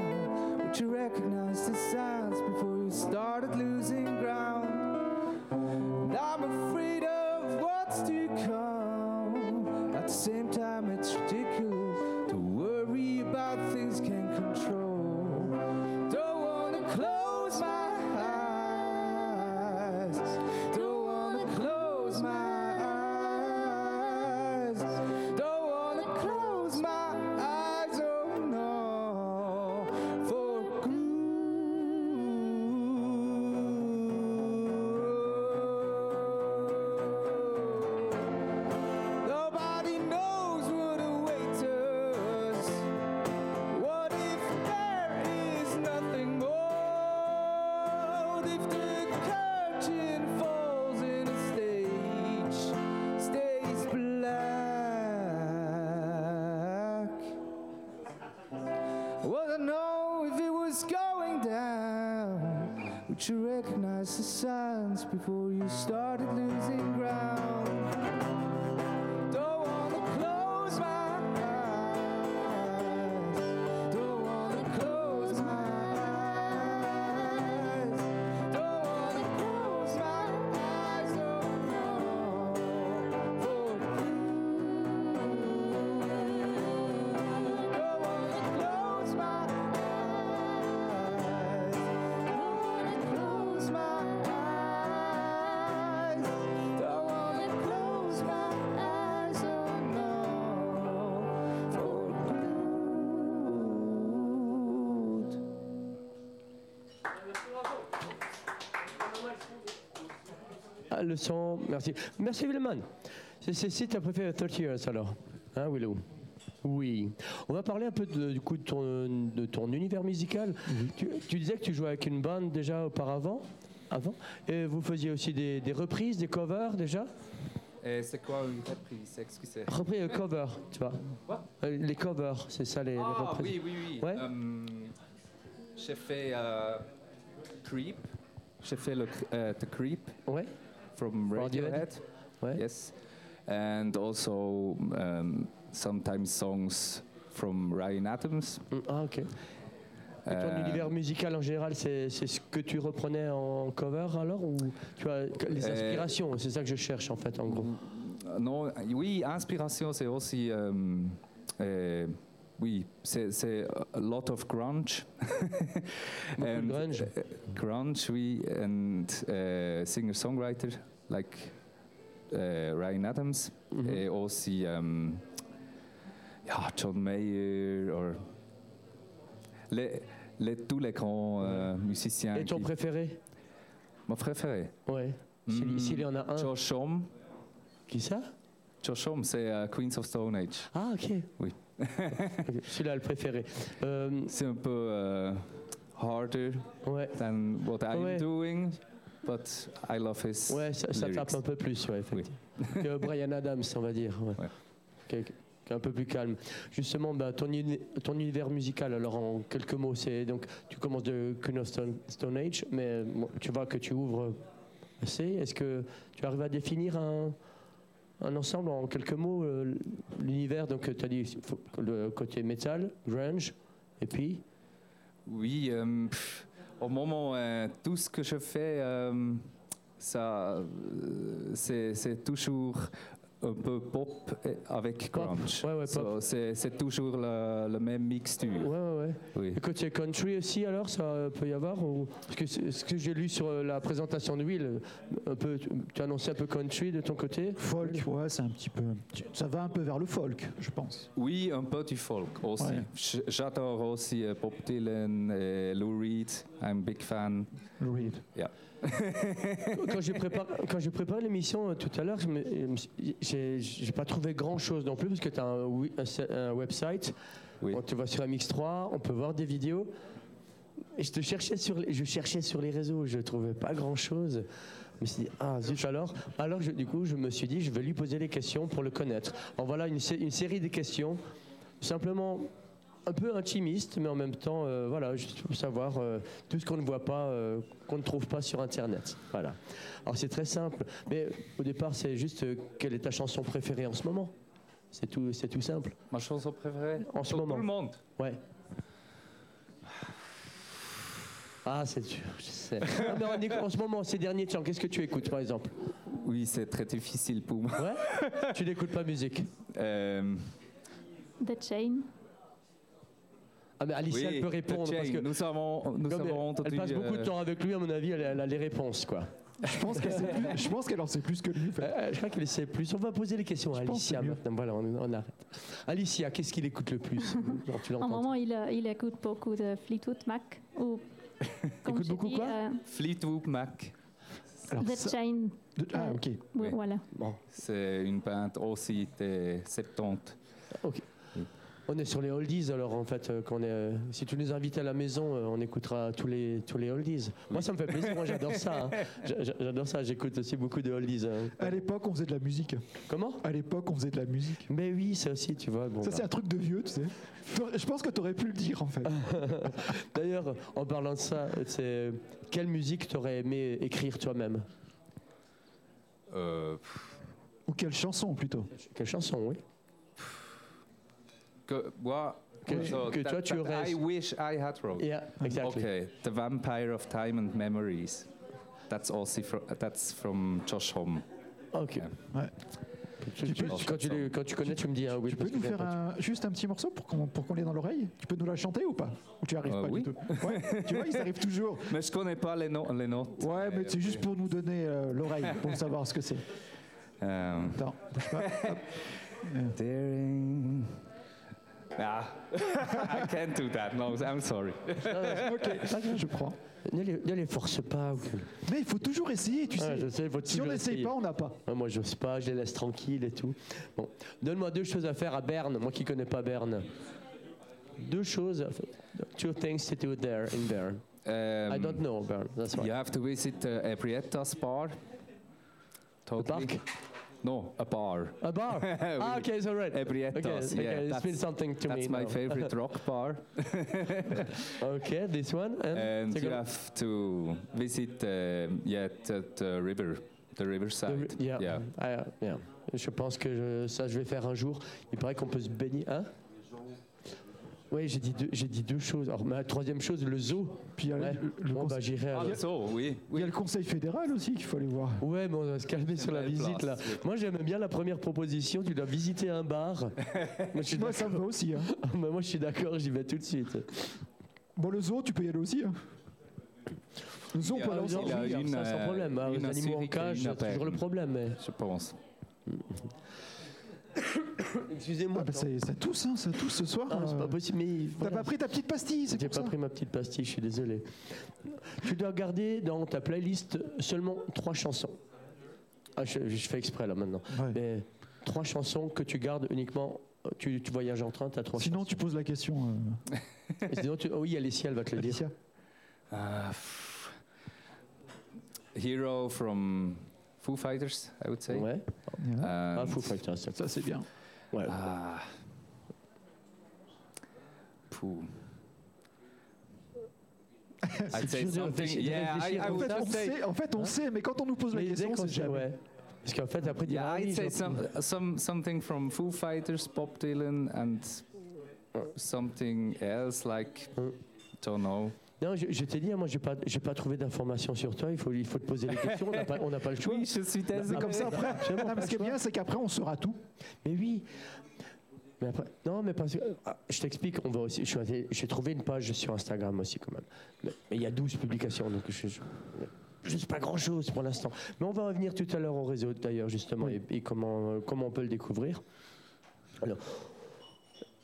[SPEAKER 3] Would you recognize the signs before you started losing ground? And I'm afraid of what's to come. At the same time, it's ridiculous to worry about things can't control. Don't wanna close my eyes. Don't wanna close my eyes. Don't wanna close my eyes. Oh no, for good. Nobody knows what awaits us. What if there is nothing more? What if the curtain falls in a stage, stays black? What I know if it was going down? Would you recognize the signs before you started losing ground? Don't wanna close my eyes. Don't wanna close my eyes. Don't wanna close my eyes. Oh no, for
[SPEAKER 2] Ah, le son, merci. Merci Willman. C'est c'est- c'est ta préférée 30 Years alors Hein Willow oui. On va parler un peu de, du coup de ton, de ton univers musical. Tu, tu disais que tu jouais avec une bande déjà auparavant. Avant. Et vous faisiez aussi des, des reprises, des covers déjà
[SPEAKER 5] Et Euh, c'est quoi une reprise Excusez.
[SPEAKER 2] Repris, euh, cover, tu vois.
[SPEAKER 5] Quoi
[SPEAKER 2] Euh, les covers, c'est ça les, les
[SPEAKER 5] Ah
[SPEAKER 2] reprises.
[SPEAKER 5] oui, oui, oui.
[SPEAKER 2] Ouais.
[SPEAKER 5] Euh, j'ai fait euh, Creep. J'ai fait le, cr- euh, The Creep
[SPEAKER 2] Ouais.
[SPEAKER 5] from Radiohead.
[SPEAKER 2] Radiohead. Ouais.
[SPEAKER 5] Yes. And also um, sometimes songs from Ryan Adams.
[SPEAKER 2] Mm, Ah ok. Et ton
[SPEAKER 5] Euh,
[SPEAKER 2] univers musical en général, c'est c'est ce que tu reprenais en cover alors ou tu as les
[SPEAKER 5] Euh,
[SPEAKER 2] inspirations C'est ça que je cherche en fait en gros.
[SPEAKER 5] Non, oui, inspiration, c'est aussi. euh, euh, oui, c'est c'est a lot of grunge.
[SPEAKER 2] Beaucoup de grunge.
[SPEAKER 5] uh, grunge, oui, and uh, singer-songwriter like uh, Ryan Adams.
[SPEAKER 2] Mhm.
[SPEAKER 5] Et aussi um, ja, John Mayer, or les, les, tous les grands euh, musiciens.
[SPEAKER 2] Mm-hmm. Et ton
[SPEAKER 5] qui-
[SPEAKER 2] préféré
[SPEAKER 5] Mon préféré
[SPEAKER 2] Ouais. S'il
[SPEAKER 5] Hmm.
[SPEAKER 2] s'il y en a un.
[SPEAKER 5] Josh Homme.
[SPEAKER 2] Qui ça
[SPEAKER 5] Josh Homme, c'est euh, Queens of Stone Age.
[SPEAKER 2] Ah, ok.
[SPEAKER 5] Oui.
[SPEAKER 2] Ok, Celui-là, le préféré. Euh,
[SPEAKER 5] C'est un peu euh, harder
[SPEAKER 2] ouais,
[SPEAKER 5] than what I'm
[SPEAKER 2] Ouais.
[SPEAKER 5] doing, but I love his
[SPEAKER 2] ouais ça, ça
[SPEAKER 5] lyrics.
[SPEAKER 2] tape un peu plus, ouais, effectivement. Que Brian Adams, on va dire. Ouais.
[SPEAKER 5] Ouais.
[SPEAKER 2] Qui- qui est un peu plus calme. Justement, bah, ton, uni- ton univers musical, alors en quelques mots, c'est donc tu commences de Queen of Stone, Stone Age, mais euh, bon, tu vois que tu ouvres assez. Est-ce que tu arrives à définir un, un ensemble en quelques mots euh, L'univers, donc tu as dit faut- le côté metal, grunge, et puis
[SPEAKER 5] Oui, euh, pff, au moment euh, tout ce que je fais, euh, ça, euh, c'est c'est toujours un peu pop et- avec
[SPEAKER 2] Pop,
[SPEAKER 5] grunge.
[SPEAKER 2] ouais, ouais,
[SPEAKER 5] So,
[SPEAKER 2] pop.
[SPEAKER 5] c'est c'est toujours la, la même mixture.
[SPEAKER 2] Ouais, ouais, ouais.
[SPEAKER 5] Oui.
[SPEAKER 2] Et côté country aussi, alors, ça euh, peut y avoir ou... Parce que c'est- ce que j'ai lu sur euh, la présentation de Will, euh, un peu, tu tu annonçais un peu country de ton côté
[SPEAKER 1] Folk, ouais, c'est un petit peu. Ça va un peu vers le folk, je pense.
[SPEAKER 5] Oui, un peu du folk aussi.
[SPEAKER 1] Ouais.
[SPEAKER 5] J- J'adore aussi euh, Bob Dylan, et Lou Reed. I'm big fan.
[SPEAKER 1] Le read.
[SPEAKER 2] Quand j'ai préparé, quand j'ai préparé l'émission euh, tout à l'heure, je me- je me suis- j'ai j'ai pas trouvé grand chose non plus parce que tu as un, wi- un se- un website.
[SPEAKER 5] Oui.
[SPEAKER 2] On te voit sur MX3, on peut voir des vidéos. Et je te cherchais sur, les- je cherchais sur les réseaux, je trouvais pas grand chose. Je me suis dit ah zut alors, alors je- du coup je me suis dit je vais lui poser des questions pour le connaître. En voilà une, sé- une série de questions, simplement un peu intimiste, mais en même temps euh, voilà juste pour savoir euh, tout ce qu'on ne voit pas, euh, qu'on ne trouve pas sur internet. Voilà. Alors c'est très simple, mais au départ c'est juste euh, quelle est ta chanson préférée en ce moment C'est tout, c'est tout simple.
[SPEAKER 5] Ma chanson préférée
[SPEAKER 2] En ce
[SPEAKER 5] Pour
[SPEAKER 2] moment.
[SPEAKER 5] Tout le monde.
[SPEAKER 2] Ouais. Ah c'est dur, je sais. Non, mais on écoute- en ce moment, ces derniers temps, qu'est-ce que tu écoutes par exemple
[SPEAKER 5] Oui, c'est très difficile pour moi.
[SPEAKER 2] Ouais Tu n'écoutes pas musique
[SPEAKER 5] Euh,
[SPEAKER 4] The Chain.
[SPEAKER 2] Ah mais Alicia
[SPEAKER 5] oui,
[SPEAKER 2] elle peut
[SPEAKER 5] The
[SPEAKER 2] répondre
[SPEAKER 5] Chain.
[SPEAKER 2] parce que
[SPEAKER 5] nous avons, nous
[SPEAKER 2] comme elle-
[SPEAKER 5] avons entendu.
[SPEAKER 2] elle passe beaucoup de
[SPEAKER 5] euh,
[SPEAKER 2] temps avec lui, à mon avis, elle a, elle a les réponses quoi.
[SPEAKER 1] Je pense qu'elle sait plus- je pense qu'elle en sait plus que lui. en fait.
[SPEAKER 2] Euh, euh, je crois qu'elle sait plus. On va poser les questions à
[SPEAKER 1] Je pense que c'est
[SPEAKER 2] Alicia
[SPEAKER 1] mieux.
[SPEAKER 2] maintenant. Voilà, on, on arrête. Alicia, qu'est-ce qu'il écoute le plus Genre, tu
[SPEAKER 4] En
[SPEAKER 2] l'entends
[SPEAKER 4] moment, il, euh, il écoute beaucoup de Fleetwood Mac ou. comme
[SPEAKER 2] Écoute
[SPEAKER 4] j'ai
[SPEAKER 2] beaucoup
[SPEAKER 4] dit,
[SPEAKER 2] quoi
[SPEAKER 4] euh,
[SPEAKER 5] Fleetwood Mac,
[SPEAKER 1] Alors,
[SPEAKER 4] The
[SPEAKER 1] ça-
[SPEAKER 4] Chain.
[SPEAKER 1] de- ah, ok.
[SPEAKER 4] Oui,
[SPEAKER 5] Oui.
[SPEAKER 4] Voilà.
[SPEAKER 2] Bon,
[SPEAKER 5] c'est une bande aussi des 70.
[SPEAKER 2] on est sur les oldies alors en fait. euh, qu'on est, euh, si tu nous invites à la maison, euh, on écoutera tous les, tous les oldies. Moi ça me fait plaisir, moi j'adore ça. hein. J'a- j'a- J'adore ça, j'écoute aussi beaucoup de oldies. hein.
[SPEAKER 1] À l'époque, on faisait de la musique.
[SPEAKER 2] Comment
[SPEAKER 1] À l'époque, on faisait de la musique.
[SPEAKER 2] Mais oui, ça aussi, tu vois. bon,
[SPEAKER 1] Ça,
[SPEAKER 2] bah.
[SPEAKER 1] c'est un truc de vieux, tu sais. T'aurais- Je pense que t'aurais pu le dire, en fait.
[SPEAKER 2] D'ailleurs, en parlant de ça, c'est euh, quelle musique t'aurais aimé écrire toi-même
[SPEAKER 5] Euh, pff,
[SPEAKER 1] Ou quelle chanson, plutôt.
[SPEAKER 2] Quelle chanson, oui
[SPEAKER 5] que moi,
[SPEAKER 2] Que tu-
[SPEAKER 5] so
[SPEAKER 2] que
[SPEAKER 5] that-
[SPEAKER 2] toi, tu
[SPEAKER 5] that
[SPEAKER 2] aurais-
[SPEAKER 5] I wish I had wrote.
[SPEAKER 2] Yeah, exactly.
[SPEAKER 5] Okay, The Vampire of Time and Memories. That's also from, that's from Josh Homme.
[SPEAKER 2] Ok.
[SPEAKER 1] Ouais.
[SPEAKER 2] Tu-
[SPEAKER 1] Tu
[SPEAKER 2] tu-
[SPEAKER 1] peux-
[SPEAKER 2] quand, tu, les- quand tu connais, tu, me dis. hein, oui,
[SPEAKER 1] Tu peux
[SPEAKER 2] parce
[SPEAKER 1] nous
[SPEAKER 2] que-
[SPEAKER 1] faire un- juste un petit morceau pour qu'on pour qu'on l'ait dans l'oreille Tu peux nous la chanter ou pas Ou tu n'y arrives
[SPEAKER 5] Euh,
[SPEAKER 1] pas
[SPEAKER 5] oui.
[SPEAKER 1] du tout Ouais, Tu vois, ils arrivent toujours.
[SPEAKER 5] Mais je connais pas les, no- les notes.
[SPEAKER 1] Ouais, mais c'est juste
[SPEAKER 5] oui.
[SPEAKER 1] pour nous donner euh, l'oreille, pour savoir ce que c'est.
[SPEAKER 5] Euh,
[SPEAKER 1] Attends, bouge pas.
[SPEAKER 5] Daring
[SPEAKER 3] Nah, I can't do that. No, I'm sorry.
[SPEAKER 1] Ok, très bien, je prends.
[SPEAKER 2] Ne les, ne les force pas. vous.
[SPEAKER 1] Mais il faut toujours essayer, tu
[SPEAKER 2] Ouais,
[SPEAKER 1] sais.
[SPEAKER 2] je sais, faut
[SPEAKER 1] Si on
[SPEAKER 2] toujours
[SPEAKER 1] n'essaye
[SPEAKER 2] essayer.
[SPEAKER 1] pas, on n'a pas.
[SPEAKER 2] Ouais, Hein, moi, j'ose pas, je les laisse tranquilles et tout. Bon, donne-moi deux choses à faire à Berne, moi qui connais pas Berne. Deux choses. Two things to do there in Bern. I
[SPEAKER 3] Um,
[SPEAKER 2] don't know Bern. That's why.
[SPEAKER 3] You have to visit uh, a Prietas bar.
[SPEAKER 2] The
[SPEAKER 3] Totally.
[SPEAKER 2] park?
[SPEAKER 3] No, a bar.
[SPEAKER 2] A bar. ah, okay, it's all right.
[SPEAKER 3] A Prietas.
[SPEAKER 2] Okay, okay,
[SPEAKER 3] yeah,
[SPEAKER 2] this
[SPEAKER 3] that's,
[SPEAKER 2] means something to me.
[SPEAKER 3] that's my
[SPEAKER 2] now.
[SPEAKER 3] favorite rock bar.
[SPEAKER 2] Okay, this one eh? and,
[SPEAKER 3] And you
[SPEAKER 2] second-
[SPEAKER 3] have to visit, um yeah, the, the river, the
[SPEAKER 2] the
[SPEAKER 3] riverside.
[SPEAKER 2] ri- yeah, I- uh, yeah. Je pense que je- ça, je vais faire un jour. Il paraît qu'on peut se baigner, hein Oui, j'ai dit deux, j'ai dit deux choses. Alors, ma troisième chose, le zoo.
[SPEAKER 1] Puis il y a
[SPEAKER 2] Ouais.
[SPEAKER 1] le, le
[SPEAKER 2] bon, bah,
[SPEAKER 1] conseil,
[SPEAKER 2] j'irai.
[SPEAKER 3] Ah,
[SPEAKER 2] alors.
[SPEAKER 3] so, oui.
[SPEAKER 1] il y a le conseil fédéral aussi qu'il faut aller voir.
[SPEAKER 2] Ouais, mais on va se calmer sur la
[SPEAKER 3] belle
[SPEAKER 2] visite
[SPEAKER 3] place,
[SPEAKER 2] là.
[SPEAKER 3] oui.
[SPEAKER 2] Moi, j'aime bien la première proposition. Tu dois visiter un bar. moi, je suis
[SPEAKER 1] Moi, ça me
[SPEAKER 2] d'accord.
[SPEAKER 1] va aussi. hein.
[SPEAKER 2] Mais moi, je suis d'accord. J'y vais tout de suite.
[SPEAKER 3] Ah,
[SPEAKER 1] Bon, le zoo, tu peux y aller aussi. hein. Le zoo, on
[SPEAKER 3] Il y
[SPEAKER 1] peut
[SPEAKER 3] a-
[SPEAKER 1] aller
[SPEAKER 3] il y a
[SPEAKER 1] ensemble.
[SPEAKER 2] oui, alors
[SPEAKER 3] une,
[SPEAKER 2] ça, sans
[SPEAKER 3] euh,
[SPEAKER 2] problème. hein,
[SPEAKER 3] une
[SPEAKER 2] les
[SPEAKER 3] à
[SPEAKER 2] animaux en
[SPEAKER 3] Zurich et
[SPEAKER 2] cage,
[SPEAKER 3] une à
[SPEAKER 2] c'est toujours le
[SPEAKER 3] Berne.
[SPEAKER 2] problème. mais-
[SPEAKER 3] Je pense.
[SPEAKER 2] Excusez-moi.
[SPEAKER 1] Ah, bah, c'est- ça tousse, hein, ça tousse ce soir.
[SPEAKER 2] Ah, c'est
[SPEAKER 1] euh.
[SPEAKER 2] pas possible. Mais
[SPEAKER 1] T'as
[SPEAKER 2] voilà.
[SPEAKER 1] pas pris ta petite pastille, c'est
[SPEAKER 2] J'ai
[SPEAKER 1] pour
[SPEAKER 2] pas
[SPEAKER 1] ça.
[SPEAKER 2] pris ma petite pastille, je suis désolé. Tu dois garder dans ta playlist seulement trois chansons. Ah, je, je fais exprès là maintenant.
[SPEAKER 1] Ouais.
[SPEAKER 2] Mais trois chansons que tu gardes uniquement. Tu, tu voyages en train, t'as trois
[SPEAKER 1] Sinon, tu
[SPEAKER 2] chansons.
[SPEAKER 1] poses la question. euh,
[SPEAKER 2] Et sinon, tu- oh oui, Alessia, elle va te le dire.
[SPEAKER 1] Alicia.
[SPEAKER 3] Ah, pff. hero from Foo Fighters, I would say.
[SPEAKER 2] Ouais.
[SPEAKER 1] Yeah.
[SPEAKER 2] Ah,
[SPEAKER 3] And-
[SPEAKER 2] Foo Fighters. c'est-
[SPEAKER 1] Ça, c'est bien.
[SPEAKER 2] Ouais.
[SPEAKER 3] Ah. Pouh. I'd say
[SPEAKER 2] dur de
[SPEAKER 3] something.
[SPEAKER 2] réfléchir- de
[SPEAKER 3] Yeah, I,
[SPEAKER 2] réfléchir
[SPEAKER 3] I
[SPEAKER 1] En
[SPEAKER 2] comme
[SPEAKER 3] would
[SPEAKER 1] fait,
[SPEAKER 2] ça,
[SPEAKER 1] on
[SPEAKER 3] just say.
[SPEAKER 1] sait, en fait, on
[SPEAKER 2] Hein
[SPEAKER 1] sait, mais quand on nous pose la
[SPEAKER 2] Mais dès
[SPEAKER 1] question,
[SPEAKER 2] qu'on
[SPEAKER 1] c'est
[SPEAKER 2] sait,
[SPEAKER 1] jamais.
[SPEAKER 2] ouais. Parce qu'en fait, après, tu
[SPEAKER 3] Yeah,
[SPEAKER 2] diras, ah oui,
[SPEAKER 3] I'd say
[SPEAKER 2] j'ai-
[SPEAKER 3] some, some something from Foo Fighters, Bob Dylan, and something else like
[SPEAKER 2] Uh.
[SPEAKER 3] don't know.
[SPEAKER 2] Non, je, je t'ai dit, hein, moi, j'ai pas, j'ai pas trouvé d'informations sur toi. Il faut, il faut te poser les questions. On n'a pas, on n'a pas le choix.
[SPEAKER 3] je suis
[SPEAKER 1] C'est comme ça après.
[SPEAKER 2] Absolument,
[SPEAKER 1] Non, mais ce qui est
[SPEAKER 2] pas le choix.
[SPEAKER 1] bien, c'est qu'après, on saura tout.
[SPEAKER 2] Mais oui. Mais après, non, mais parce que ah, je t'explique, on va aussi. je suis allé- J'ai trouvé une page sur Instagram aussi quand même. Mais mais il y a 12 publications, donc je, je, je sais pas grand chose pour l'instant. Mais on va en venir tout à l'heure au réseau d'ailleurs justement et, et comment euh, comment on peut le découvrir. Alors,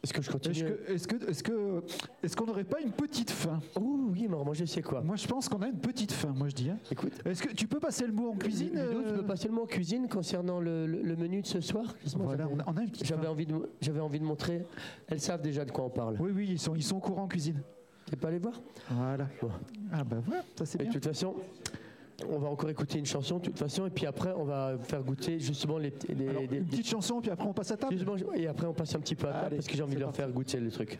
[SPEAKER 2] est-ce que je
[SPEAKER 1] Est-ce
[SPEAKER 2] continue
[SPEAKER 1] que, est-ce que, est-ce que, est-ce qu'on n'aurait pas une petite fin
[SPEAKER 2] Ouh, oui, mais alors, moi je sais quoi.
[SPEAKER 1] Moi, je pense qu'on a une petite fin. Moi, je dis. hein.
[SPEAKER 2] Écoute.
[SPEAKER 1] Est-ce que tu peux passer le mot en cuisine
[SPEAKER 2] Ludo, tu
[SPEAKER 1] euh,
[SPEAKER 2] peux passer le mot en cuisine concernant le, le- le menu de ce soir Justement,
[SPEAKER 1] Voilà,
[SPEAKER 2] j'avais-
[SPEAKER 1] on a, on a une petite
[SPEAKER 2] J'avais
[SPEAKER 1] fin.
[SPEAKER 2] envie, de, j'avais envie de montrer. Elles savent déjà de quoi on parle.
[SPEAKER 1] Oui, oui, ils sont, ils sont au courant en cuisine.
[SPEAKER 2] T'es pas allé voir
[SPEAKER 1] Voilà.
[SPEAKER 2] Bon.
[SPEAKER 1] Ah bah voilà, ça c'est
[SPEAKER 2] Et
[SPEAKER 1] bien.
[SPEAKER 2] de toute façon, on va encore écouter une chanson, de toute façon, et puis après, on va faire goûter justement les. les-
[SPEAKER 1] Alors,
[SPEAKER 2] les-
[SPEAKER 1] une petite chanson, puis après on passe à table.
[SPEAKER 2] Justement, je- et après, on passe un petit peu à table
[SPEAKER 1] Allez,
[SPEAKER 2] parce que j'ai envie
[SPEAKER 1] c'est
[SPEAKER 2] de leur
[SPEAKER 1] parti.
[SPEAKER 2] faire goûter le truc.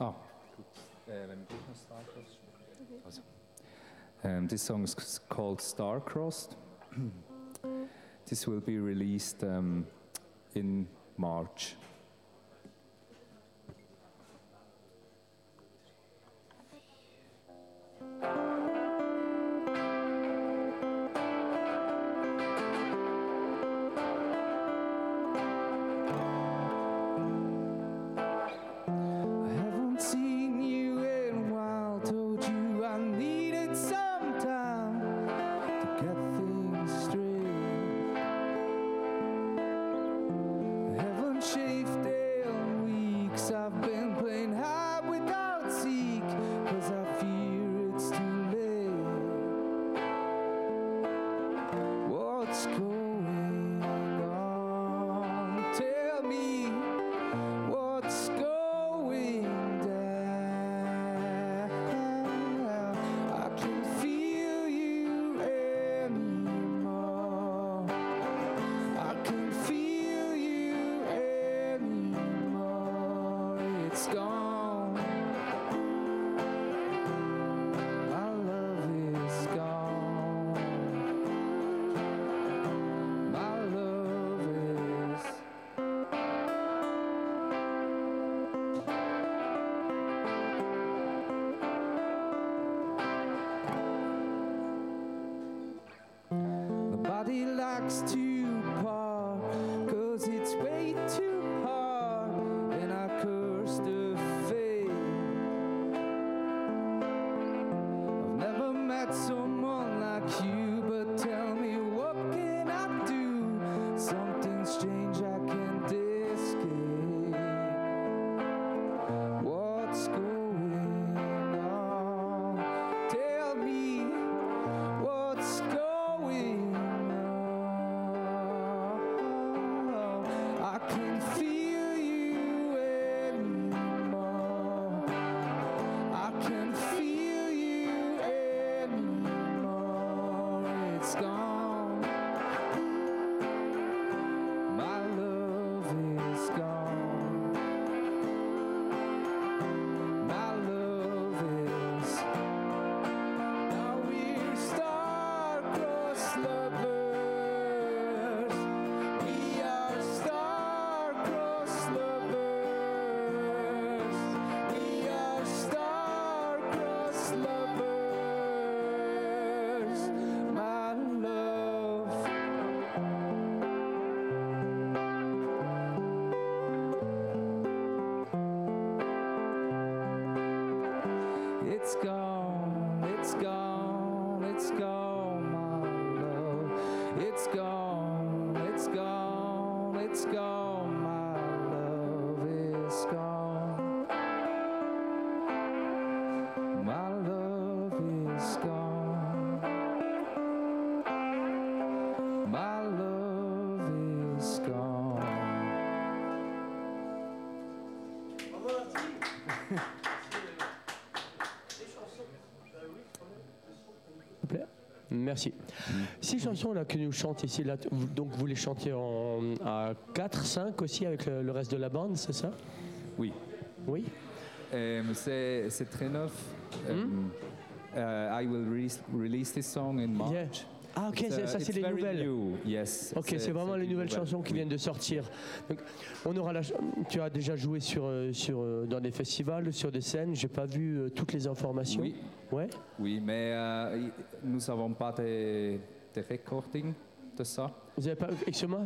[SPEAKER 3] Oh. Um, this song is c- called Star Crossed. this will be released um, in March. I haven't seen you in a while. Told you I needed some time to get things straight. I haven't shaved in weeks. I've been playing hide without seek, cause I fear it's too late. What's going on? Tell me. What's going down? I can feel you anymore. I can feel you anymore. It's gone. My love is gone. My love is. Nobody likes to part, cause it's way too hard. And I curse the fate.
[SPEAKER 5] It's gone, it's gone, it's gone, my love. It's gone, it's gone, it's gone, my love. It's gone. My love is gone. My love is gone.
[SPEAKER 2] vous plaît Merci.
[SPEAKER 1] Mm.
[SPEAKER 2] Ces chansons-là que nous chantons ici, là, vous- donc vous les chantez en, à 4, 5 aussi avec le, le reste de la bande, c'est ça
[SPEAKER 5] Oui.
[SPEAKER 2] Oui
[SPEAKER 5] Um, c'est c'est très neuf.
[SPEAKER 2] Hmm?
[SPEAKER 5] Um, uh, I will release, release this song in March.
[SPEAKER 2] Yeah. Ah ok,
[SPEAKER 5] It's,
[SPEAKER 2] c'est-
[SPEAKER 5] uh,
[SPEAKER 2] ça c'est
[SPEAKER 5] it's
[SPEAKER 2] les
[SPEAKER 5] very
[SPEAKER 2] nouvelles.
[SPEAKER 5] new. Yes.
[SPEAKER 2] Ok, c'est vraiment
[SPEAKER 5] c'est
[SPEAKER 2] les
[SPEAKER 5] une
[SPEAKER 2] nouvelles
[SPEAKER 5] nouvelle.
[SPEAKER 2] chansons qui
[SPEAKER 5] Oui.
[SPEAKER 2] viennent de sortir. Donc, on aura la ch- tu as déjà joué sur, euh, sur, euh, dans des festivals, sur des scènes. J'ai pas vu euh, toutes les informations.
[SPEAKER 5] Oui,
[SPEAKER 2] Ouais.
[SPEAKER 5] oui, mais euh, y- nous n'avons pas de, de recording de ça.
[SPEAKER 2] Vous avez pas excuse-moi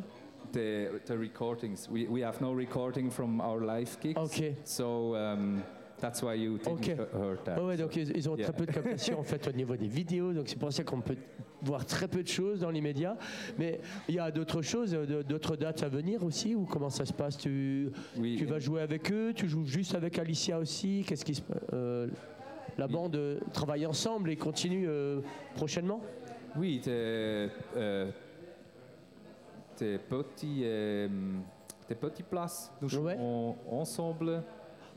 [SPEAKER 5] The, the recordings. We, we have no recording from our live gigs.
[SPEAKER 2] Ok.
[SPEAKER 5] So um, that's why you didn't
[SPEAKER 2] Ok.
[SPEAKER 5] he- heard that.
[SPEAKER 2] Ah ouais, donc ils, ils ont
[SPEAKER 5] Yeah.
[SPEAKER 2] très peu de captation en fait au niveau des vidéos, donc c'est pour ça qu'on peut voir très peu de choses dans les médias. Mais il y a d'autres choses, euh, de- d'autres dates à venir aussi, ou comment ça se passe tu,
[SPEAKER 5] Oui, euh,
[SPEAKER 2] tu vas jouer avec eux, tu joues juste avec Alicia aussi, qu'est-ce qui se euh, la
[SPEAKER 5] Oui.
[SPEAKER 2] bande euh, travaille ensemble et continue euh, prochainement
[SPEAKER 5] Oui, des, euh, des, petits, euh, des petites places. Nous
[SPEAKER 2] Ouais.
[SPEAKER 5] jouons ensemble.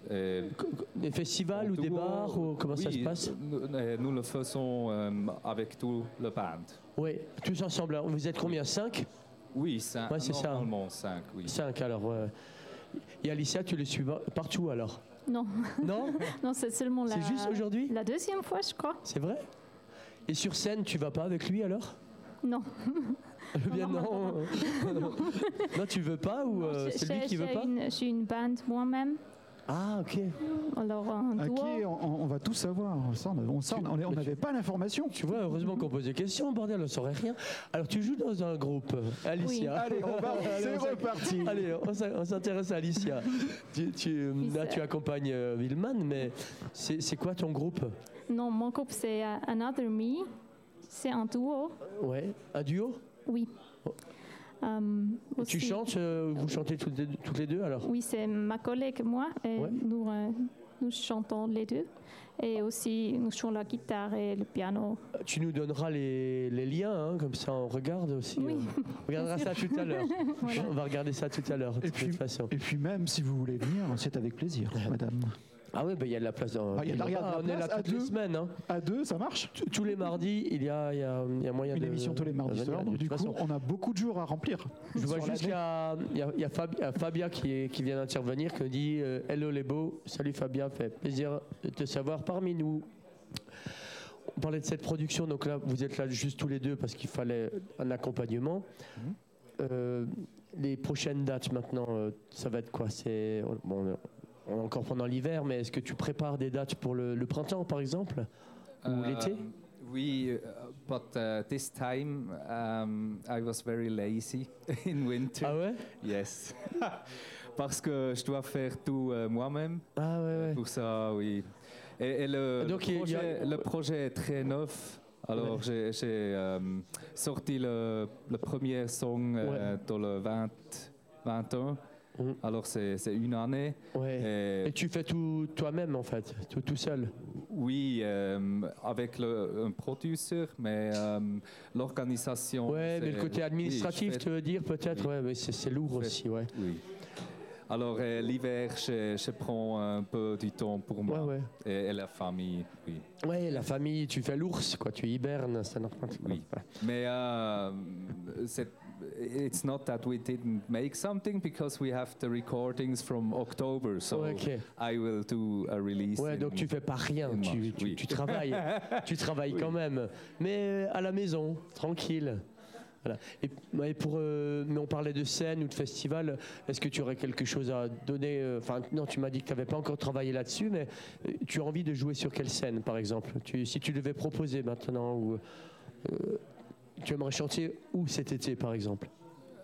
[SPEAKER 5] euh,
[SPEAKER 2] Co- co- Des festivals
[SPEAKER 5] en
[SPEAKER 2] ou des
[SPEAKER 5] duo.
[SPEAKER 2] bars ou comment ça
[SPEAKER 5] Oui,
[SPEAKER 2] se passe
[SPEAKER 5] nous, euh, nous le faisons euh, avec tout le band.
[SPEAKER 2] Oui, tous ensemble. hein. Vous êtes combien Cinq
[SPEAKER 5] Oui, cinq,
[SPEAKER 2] Ouais, c'est ça.
[SPEAKER 5] normalement cinq. Oui.
[SPEAKER 2] Cinq alors. ouais. Et Alicia, tu le suis va- partout alors
[SPEAKER 4] Non,
[SPEAKER 2] Non
[SPEAKER 4] non c'est seulement la,
[SPEAKER 2] C'est juste aujourd'hui
[SPEAKER 4] la deuxième fois, je crois.
[SPEAKER 2] C'est vrai Et sur scène, tu vas pas avec lui alors
[SPEAKER 4] Non,
[SPEAKER 2] Eh Bien non. Non, tu veux pas ou euh,
[SPEAKER 4] Je-
[SPEAKER 2] c'est lui
[SPEAKER 4] j'ai-
[SPEAKER 2] qui veut
[SPEAKER 4] j'ai
[SPEAKER 2] pas
[SPEAKER 4] une- J'ai une band moi-même,
[SPEAKER 2] Ah ok.
[SPEAKER 4] alors un
[SPEAKER 1] À
[SPEAKER 4] duo.
[SPEAKER 1] qui on, on va tout savoir Ça, on- on ça, on on n'avait pas l'information.
[SPEAKER 2] Tu vois, heureusement qu'on pose des questions, bordel, on saurait rien. Alors tu joues dans un groupe, Alicia.
[SPEAKER 1] Allez, on va, c'est
[SPEAKER 2] Allez, on s'ac-
[SPEAKER 1] reparti.
[SPEAKER 2] Allez, on s'in- on s'intéresse à Alicia. Tu, tu, euh,
[SPEAKER 4] Oui,
[SPEAKER 2] là,
[SPEAKER 4] c'est-
[SPEAKER 2] tu accompagnes euh, Willman, mais c'est c'est quoi ton groupe
[SPEAKER 4] Non, mon groupe c'est euh, Another Me. C'est un duo,
[SPEAKER 2] Ouais, un duo
[SPEAKER 4] oui. Euh,
[SPEAKER 2] Oh. Tu
[SPEAKER 4] aussi-
[SPEAKER 2] chantes, euh, vous chantez toutes les, toutes les deux alors
[SPEAKER 4] Oui, c'est ma collègue et moi. Et
[SPEAKER 2] Ouais.
[SPEAKER 4] nous, euh, nous chantons les deux. Et aussi, nous jouons la guitare et le piano.
[SPEAKER 2] Tu nous donneras les, les liens, hein, comme ça on regarde aussi.
[SPEAKER 4] Oui.
[SPEAKER 2] euh, on regardera ça tout à l'heure.
[SPEAKER 4] Voilà.
[SPEAKER 2] On va regarder ça tout à l'heure, de
[SPEAKER 1] Et
[SPEAKER 2] toute
[SPEAKER 1] puis-
[SPEAKER 2] façon.
[SPEAKER 1] Et puis même si vous voulez venir, c'est avec plaisir, madame.
[SPEAKER 2] Ah oui, bah, il y a de la place dans.
[SPEAKER 1] Ah, il y a de la- regarde,
[SPEAKER 2] Ah,
[SPEAKER 1] la
[SPEAKER 2] on est là
[SPEAKER 1] place à
[SPEAKER 2] toutes les
[SPEAKER 1] deux.
[SPEAKER 2] semaines. hein.
[SPEAKER 1] À deux, ça marche
[SPEAKER 2] Tous- Tous les mardis, il y a, il y a- il y a moyen
[SPEAKER 1] Une
[SPEAKER 2] de.
[SPEAKER 1] émission tous les mardis
[SPEAKER 2] de venir,
[SPEAKER 1] soir,
[SPEAKER 2] de
[SPEAKER 1] donc
[SPEAKER 2] toute
[SPEAKER 1] du coup,
[SPEAKER 2] façon.
[SPEAKER 1] on a beaucoup de jours à remplir.
[SPEAKER 2] Je vois
[SPEAKER 1] Sur
[SPEAKER 2] juste qu'il y
[SPEAKER 1] l'année.
[SPEAKER 2] a, il y a- il y a Fab- il y a Fabia qui, est- qui vient d'intervenir, qui dit euh, Hello les beaux, salut Fabia, fait plaisir de te savoir parmi nous. On parlait de cette production, donc là vous êtes là juste tous les deux parce qu'il fallait un accompagnement. Euh, les prochaines dates maintenant, euh, ça va être quoi C'est bon, on est encore pendant l'hiver, mais est-ce que tu prépares des dates pour le, le printemps par exemple Ou
[SPEAKER 5] Um,
[SPEAKER 2] l'été
[SPEAKER 5] We, uh, but uh, this time um, I was very lazy in winter.
[SPEAKER 2] Ah ouais
[SPEAKER 5] Yes. Parce que je dois faire tout euh, moi-même.
[SPEAKER 2] Ah ouais, ouais. Ah,
[SPEAKER 5] Pour ça, oui. Et, et le,
[SPEAKER 2] Donc,
[SPEAKER 5] le
[SPEAKER 2] il y a-
[SPEAKER 5] projet, le projet est très neuf. Alors,
[SPEAKER 2] Ouais.
[SPEAKER 5] j'ai- j'ai euh, sorti le, le premier song euh, dans le 20, 21.
[SPEAKER 2] Mhm.
[SPEAKER 5] Alors, c'est c'est une année.
[SPEAKER 2] ouais.
[SPEAKER 5] Et
[SPEAKER 2] Et tu fais tout toi-même en fait, tout, tout seul.
[SPEAKER 5] oui, euh, avec le, un producteur, mais euh, l'organisation.
[SPEAKER 2] Ouais, mais
[SPEAKER 5] c'est-
[SPEAKER 2] le côté administratif,
[SPEAKER 5] oui, je
[SPEAKER 2] tu veux dire peut-être,
[SPEAKER 5] Oui.
[SPEAKER 2] ouais, mais c'est c'est lourd
[SPEAKER 5] Je fais-
[SPEAKER 2] aussi, ouais.
[SPEAKER 5] fais- oui. Alors, euh, l'hiver, je, je prends un peu du temps pour
[SPEAKER 2] Ouais,
[SPEAKER 5] moi
[SPEAKER 2] ouais.
[SPEAKER 5] Et, et la famille. Oui.
[SPEAKER 2] Ouais, la famille, tu fais l'ours, quoi, tu hibernes, ça n'importe quoi.
[SPEAKER 5] Oui. Mais uh, c'est- it's not that we didn't make something because we have the recordings from October, so
[SPEAKER 2] Ouais, ok.
[SPEAKER 5] I will do a release.
[SPEAKER 2] Oh, Ouais,
[SPEAKER 5] in-
[SPEAKER 2] donc tu fais pas rien,
[SPEAKER 5] une
[SPEAKER 2] tu,
[SPEAKER 5] marche,
[SPEAKER 2] tu-
[SPEAKER 5] oui.
[SPEAKER 2] tu travailles, tu travailles quand même, mais euh, à la maison, tranquille. Voilà. Et, ouais, pour, euh, mais on parlait de scène ou de festival. Est-ce que tu aurais quelque chose à donner euh, Enfin, non, tu m'as dit que tu n'avais pas encore travaillé là-dessus, mais euh, tu as envie de jouer sur quelle scène, par exemple Tu- Si tu devais proposer maintenant, ou euh, tu aimerais chanter où cet été, par exemple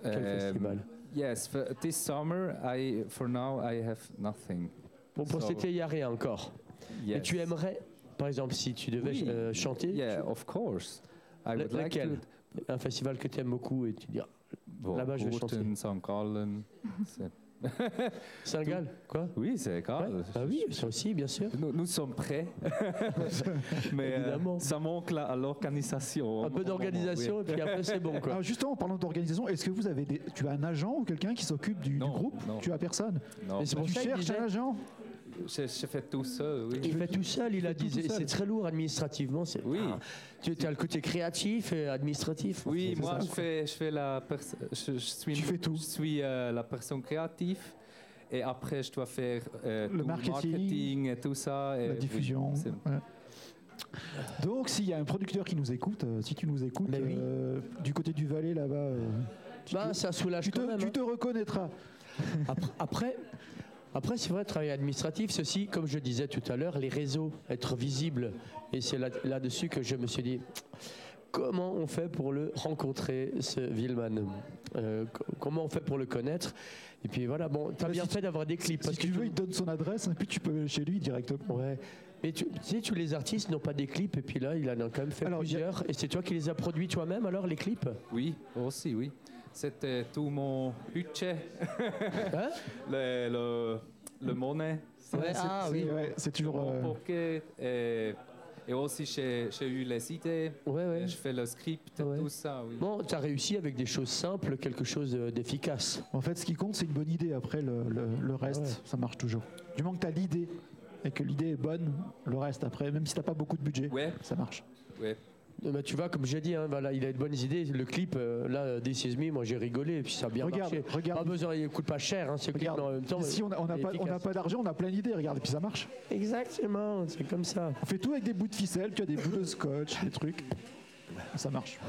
[SPEAKER 2] Quel
[SPEAKER 5] Um,
[SPEAKER 2] festival
[SPEAKER 5] Yes, for this summer I for now I have nothing.
[SPEAKER 2] Bon, pour
[SPEAKER 5] ça
[SPEAKER 2] cet
[SPEAKER 5] va.
[SPEAKER 2] été, il n'y a rien encore. Et
[SPEAKER 5] Yes.
[SPEAKER 2] tu aimerais Par exemple, si tu devais
[SPEAKER 3] Oui.
[SPEAKER 2] euh, chanter
[SPEAKER 3] Yeah, of course. I
[SPEAKER 2] Le-
[SPEAKER 3] would like
[SPEAKER 2] lequel
[SPEAKER 3] to.
[SPEAKER 2] tu- un festival que tu aimes beaucoup et tu dis ah,
[SPEAKER 3] Bon,
[SPEAKER 2] Là-bas, je vais
[SPEAKER 3] Bourton,
[SPEAKER 2] chanter.
[SPEAKER 3] Saint-Gallen, c'est-
[SPEAKER 2] Saint-Gall, quoi
[SPEAKER 3] Oui, c'est Carl.
[SPEAKER 2] Ouais. Bah oui, ça aussi, bien sûr.
[SPEAKER 3] Nous, nous sommes prêts. Mais euh,
[SPEAKER 2] Évidemment.
[SPEAKER 3] ça manque là à l'organisation.
[SPEAKER 2] Un peu d'organisation et puis après c'est bon quoi.
[SPEAKER 3] Ah
[SPEAKER 1] Alors Ah, justement, en parlant d'organisation, est-ce que vous avez des, tu as un agent ou quelqu'un qui s'occupe du, du
[SPEAKER 3] Non,
[SPEAKER 1] groupe
[SPEAKER 3] non.
[SPEAKER 1] Tu as personne
[SPEAKER 3] Non,
[SPEAKER 2] Mais c'est pour
[SPEAKER 1] Tu
[SPEAKER 2] ça qu'il
[SPEAKER 1] cherches
[SPEAKER 2] disait-
[SPEAKER 1] un agent
[SPEAKER 3] je, je fais tout seul, oui.
[SPEAKER 2] Il fait tout seul, il a
[SPEAKER 1] tout
[SPEAKER 2] dit.
[SPEAKER 1] tout seul.
[SPEAKER 2] C'est très lourd administrativement. c'est-
[SPEAKER 3] Oui.
[SPEAKER 2] Ah, tu as le côté créatif et administratif.
[SPEAKER 3] Oui,
[SPEAKER 2] C'est
[SPEAKER 3] moi
[SPEAKER 2] ça.
[SPEAKER 3] je fais, je fais la perso- je, je suis,
[SPEAKER 1] Tu fais tout.
[SPEAKER 3] Je suis euh, la personne créative et après je dois faire euh,
[SPEAKER 1] Le
[SPEAKER 3] tout
[SPEAKER 1] marketing.
[SPEAKER 3] marketing et tout ça. Et
[SPEAKER 1] La
[SPEAKER 3] oui,
[SPEAKER 1] diffusion.
[SPEAKER 3] c'est-
[SPEAKER 1] voilà. Donc, s'il y a un producteur qui nous écoute, euh, si tu nous écoutes,
[SPEAKER 2] Mais Ben oui.
[SPEAKER 1] euh, du côté du Valais là-bas, euh,
[SPEAKER 2] Bah, ça soulage
[SPEAKER 1] tu,
[SPEAKER 2] quand
[SPEAKER 1] te,
[SPEAKER 2] même.
[SPEAKER 1] tu
[SPEAKER 2] hein.
[SPEAKER 1] te reconnaîtras.
[SPEAKER 2] Après, après, après, c'est vrai, travail administratif, ceci, comme je disais tout à l'heure, les réseaux, être visible. Et c'est là- là-dessus que je me suis dit, comment on fait pour le rencontrer, ce Villeman Euh, co- Comment on fait pour le connaître Et puis voilà, bon, t'as
[SPEAKER 1] Bah,
[SPEAKER 2] bien
[SPEAKER 1] si
[SPEAKER 2] fait d'avoir des clips.
[SPEAKER 1] Si
[SPEAKER 2] parce
[SPEAKER 1] tu
[SPEAKER 2] que
[SPEAKER 1] veux,
[SPEAKER 2] tout-
[SPEAKER 1] il te donne son adresse, et puis tu peux aller chez lui directement.
[SPEAKER 2] Ouais. Mais tu, tu sais, tous les artistes n'ont pas des clips, et puis là, il en a quand même fait
[SPEAKER 1] Alors, il y a-
[SPEAKER 2] plusieurs. Et c'est toi qui les as produits toi-même, alors, les clips
[SPEAKER 3] oui, aussi, oui. C'était tout mon budget,
[SPEAKER 2] Hein
[SPEAKER 3] le, le, le monnaie.
[SPEAKER 2] Ouais, Ah
[SPEAKER 1] C'est-
[SPEAKER 2] oui.
[SPEAKER 1] ouais, c'est toujours.
[SPEAKER 3] Mon
[SPEAKER 1] euh,
[SPEAKER 3] pocket et, et aussi j'ai j'ai eu les idées.
[SPEAKER 2] Ouais, ouais.
[SPEAKER 3] Je fais le script,
[SPEAKER 2] Ouais.
[SPEAKER 3] tout ça, oui.
[SPEAKER 2] Bon, t'as réussi avec des choses simples, quelque chose euh, d'efficace.
[SPEAKER 1] en fait, ce qui compte, c'est une bonne idée. Après, le, le- le reste,
[SPEAKER 2] Ah Ouais.
[SPEAKER 1] ça marche toujours. Du moment que tu as l'idée et que l'idée est bonne, le reste, après, même si tu pas beaucoup de budget,
[SPEAKER 3] Ouais,
[SPEAKER 1] ça marche.
[SPEAKER 3] ouais.
[SPEAKER 2] Euh, bah, tu vois, comme j'ai dit, hein, voilà, il a de bonnes idées. Le clip, euh, là, This Is Me, moi j'ai rigolé, et puis ça a bien
[SPEAKER 1] regarde,
[SPEAKER 2] marché. Pas
[SPEAKER 1] regarde.
[SPEAKER 2] besoin, il coûte pas cher, hein, ce clip,
[SPEAKER 1] Regarde,
[SPEAKER 2] mais en même temps.
[SPEAKER 1] si on n'a on a
[SPEAKER 2] c'est
[SPEAKER 1] pas, on a
[SPEAKER 2] efficace.
[SPEAKER 1] pas d'argent, on a plein d'idées, regarde, et puis ça marche.
[SPEAKER 2] Exactement, c'est comme ça.
[SPEAKER 1] On fait tout avec des bouts de ficelle, tu as des bouts de scotch, des trucs. Ça marche.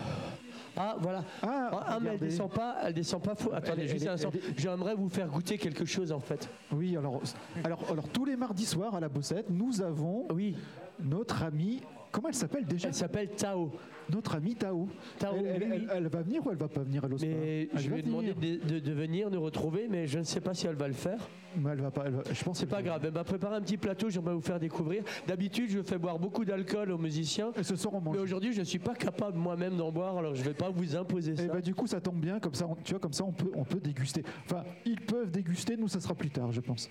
[SPEAKER 2] Ah, voilà.
[SPEAKER 1] Ah,
[SPEAKER 2] Ah, ah, mais elle
[SPEAKER 1] regardez.
[SPEAKER 2] descend pas, elle descend pas. Faut... Attendez,
[SPEAKER 1] elle
[SPEAKER 2] juste
[SPEAKER 1] est-
[SPEAKER 2] un instant. J'aimerais vous faire goûter quelque chose, en fait.
[SPEAKER 1] Oui, alors, alors, alors tous les mardis soirs à la Bossette, nous avons
[SPEAKER 2] Oui,
[SPEAKER 1] notre amie. Comment elle s'appelle déjà
[SPEAKER 2] elle s'appelle Tao.
[SPEAKER 1] Notre amie Tao.
[SPEAKER 2] Tao,
[SPEAKER 1] elle, elle-
[SPEAKER 2] oui, oui.
[SPEAKER 1] elle- elle va venir ou elle va pas venir Elle n'ose
[SPEAKER 2] Mais
[SPEAKER 1] pas. Elle
[SPEAKER 2] je
[SPEAKER 1] va
[SPEAKER 2] lui ai demandé
[SPEAKER 1] venir.
[SPEAKER 2] de, de- de venir nous retrouver, mais je ne sais pas si elle va le faire.
[SPEAKER 1] Mais elle va pas. elle va- je pense
[SPEAKER 2] C'est
[SPEAKER 1] qu'elle
[SPEAKER 2] pas
[SPEAKER 1] va-
[SPEAKER 2] grave, elle m'a préparé un petit plateau, j'aimerais vous faire découvrir. D'habitude, je fais boire beaucoup d'alcool aux musiciens,
[SPEAKER 1] Et ce soir on mange.
[SPEAKER 2] mais aujourd'hui, je ne suis pas capable moi-même d'en boire, alors je ne vais pas vous imposer ça.
[SPEAKER 1] Et bah du coup ça tombe bien comme ça on, tu vois comme ça on peut on peut déguster. Enfin ils peuvent déguster nous ça sera plus tard je pense.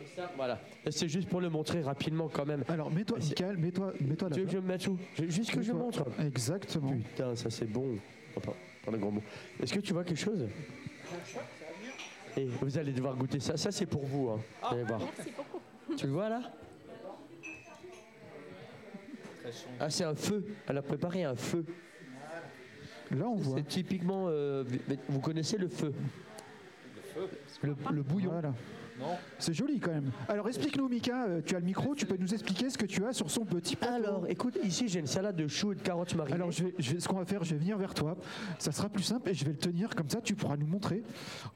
[SPEAKER 2] Et ça, voilà. Et C'est juste pour le montrer rapidement quand même.
[SPEAKER 1] Alors mets-toi
[SPEAKER 2] Mais c'est-
[SPEAKER 1] Michael mets-toi mets-toi là.
[SPEAKER 2] Tu veux que je me mette où Je- Juste que je
[SPEAKER 1] Mets-toi.
[SPEAKER 2] montre.
[SPEAKER 1] Exactement.
[SPEAKER 2] Putain, ça c'est bon. Oh, pardon, pardon, gros mot. Est-ce que tu vois quelque chose Et vous allez devoir goûter ça. Ça c'est pour vous. hein. Vous allez voir.
[SPEAKER 4] Ah, Merci beaucoup.
[SPEAKER 2] Tu le vois là Ah, c'est un feu. Elle a préparé un feu.
[SPEAKER 1] Là on voit
[SPEAKER 2] C'est typiquement. euh, vi- vi- vous connaissez le feu
[SPEAKER 1] le, le bouillon. Voilà.
[SPEAKER 3] Non.
[SPEAKER 1] C'est joli quand même. Alors explique-nous Mika, euh, tu as le micro, tu peux nous expliquer ce que tu as sur son petit
[SPEAKER 4] Ah,
[SPEAKER 1] plateau.
[SPEAKER 2] Alors, écoute, ici j'ai une salade de choux et de carottes marinées.
[SPEAKER 1] Alors, je vais, je vais- ce qu'on va faire, je vais venir vers toi. Ça sera plus simple et je vais le tenir comme ça. Tu pourras nous montrer.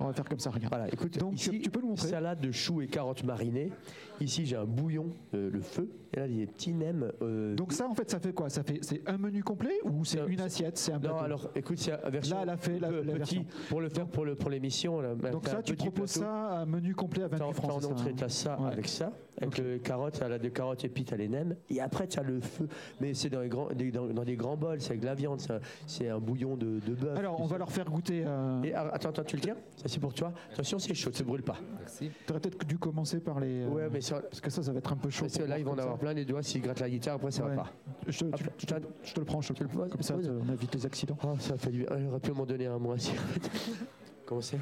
[SPEAKER 1] On va faire comme ça, regarde.
[SPEAKER 2] Voilà, écoute,
[SPEAKER 1] Euh, Donc,
[SPEAKER 2] ici,
[SPEAKER 1] tu- tu peux nous montrer
[SPEAKER 2] Salade de choux et carottes marinées. Ici j'ai un bouillon, euh, le feu. Et là, il y a des petits nems. euh,
[SPEAKER 1] Donc ça, en fait, ça fait quoi Ça fait c'est un menu complet ou c'est
[SPEAKER 2] Non,
[SPEAKER 1] une
[SPEAKER 2] c'est-
[SPEAKER 1] assiette C'est un
[SPEAKER 2] Non,
[SPEAKER 1] plateau
[SPEAKER 2] alors écoute, c'est la version.
[SPEAKER 1] Là, elle a fait la-
[SPEAKER 2] peu-
[SPEAKER 1] la
[SPEAKER 2] petit,
[SPEAKER 1] version.
[SPEAKER 2] Pour le faire pour le- pour l'émission. là,
[SPEAKER 1] Donc
[SPEAKER 2] bah, t'as un
[SPEAKER 1] ça, tu
[SPEAKER 2] petit
[SPEAKER 1] proposes
[SPEAKER 2] plateau.
[SPEAKER 1] ça un menu complet à 28
[SPEAKER 2] T'as
[SPEAKER 1] francs.
[SPEAKER 2] en
[SPEAKER 1] c'est ça,
[SPEAKER 2] entrée,
[SPEAKER 1] hein
[SPEAKER 2] t'as ça
[SPEAKER 1] Ouais.
[SPEAKER 2] avec ça, avec
[SPEAKER 1] Ok.
[SPEAKER 2] le carotte, t'as la de carottes et puis t'as les nems. Et après, t'as le feu, mais c'est dans, les grands- des- dans, dans des grands bols, c'est avec de la viande, c'est un- c'est un bouillon de, de bœuf.
[SPEAKER 1] Alors,
[SPEAKER 2] tout
[SPEAKER 1] on
[SPEAKER 2] ça.
[SPEAKER 1] va leur faire goûter. euh,
[SPEAKER 2] Et ah, attends, attends, tu le tiens Ça c'est pour toi. Attention, c'est chaud, ça brûle pas.
[SPEAKER 3] Merci.
[SPEAKER 1] T'aurais peut-être dû commencer par les. euh,
[SPEAKER 2] Ouais, mais sur,
[SPEAKER 1] Parce que ça, ça va être un peu chaud.
[SPEAKER 2] parce que
[SPEAKER 1] pour
[SPEAKER 2] là, ils vont en
[SPEAKER 1] voir
[SPEAKER 2] avoir
[SPEAKER 1] comme
[SPEAKER 2] plein les doigts s'ils grattent la guitare, après ça
[SPEAKER 1] Ouais.
[SPEAKER 2] va pas.
[SPEAKER 1] ça. Je, te-
[SPEAKER 2] Hop,
[SPEAKER 1] tu- je te- je te le prends, je te
[SPEAKER 2] Tu
[SPEAKER 1] le
[SPEAKER 2] le poses
[SPEAKER 1] Comme ça,
[SPEAKER 2] poses
[SPEAKER 1] on évite les accidents.
[SPEAKER 2] Oh, ça fait du bien. Elle aurait pu m'en donner un mois si. Comment c'est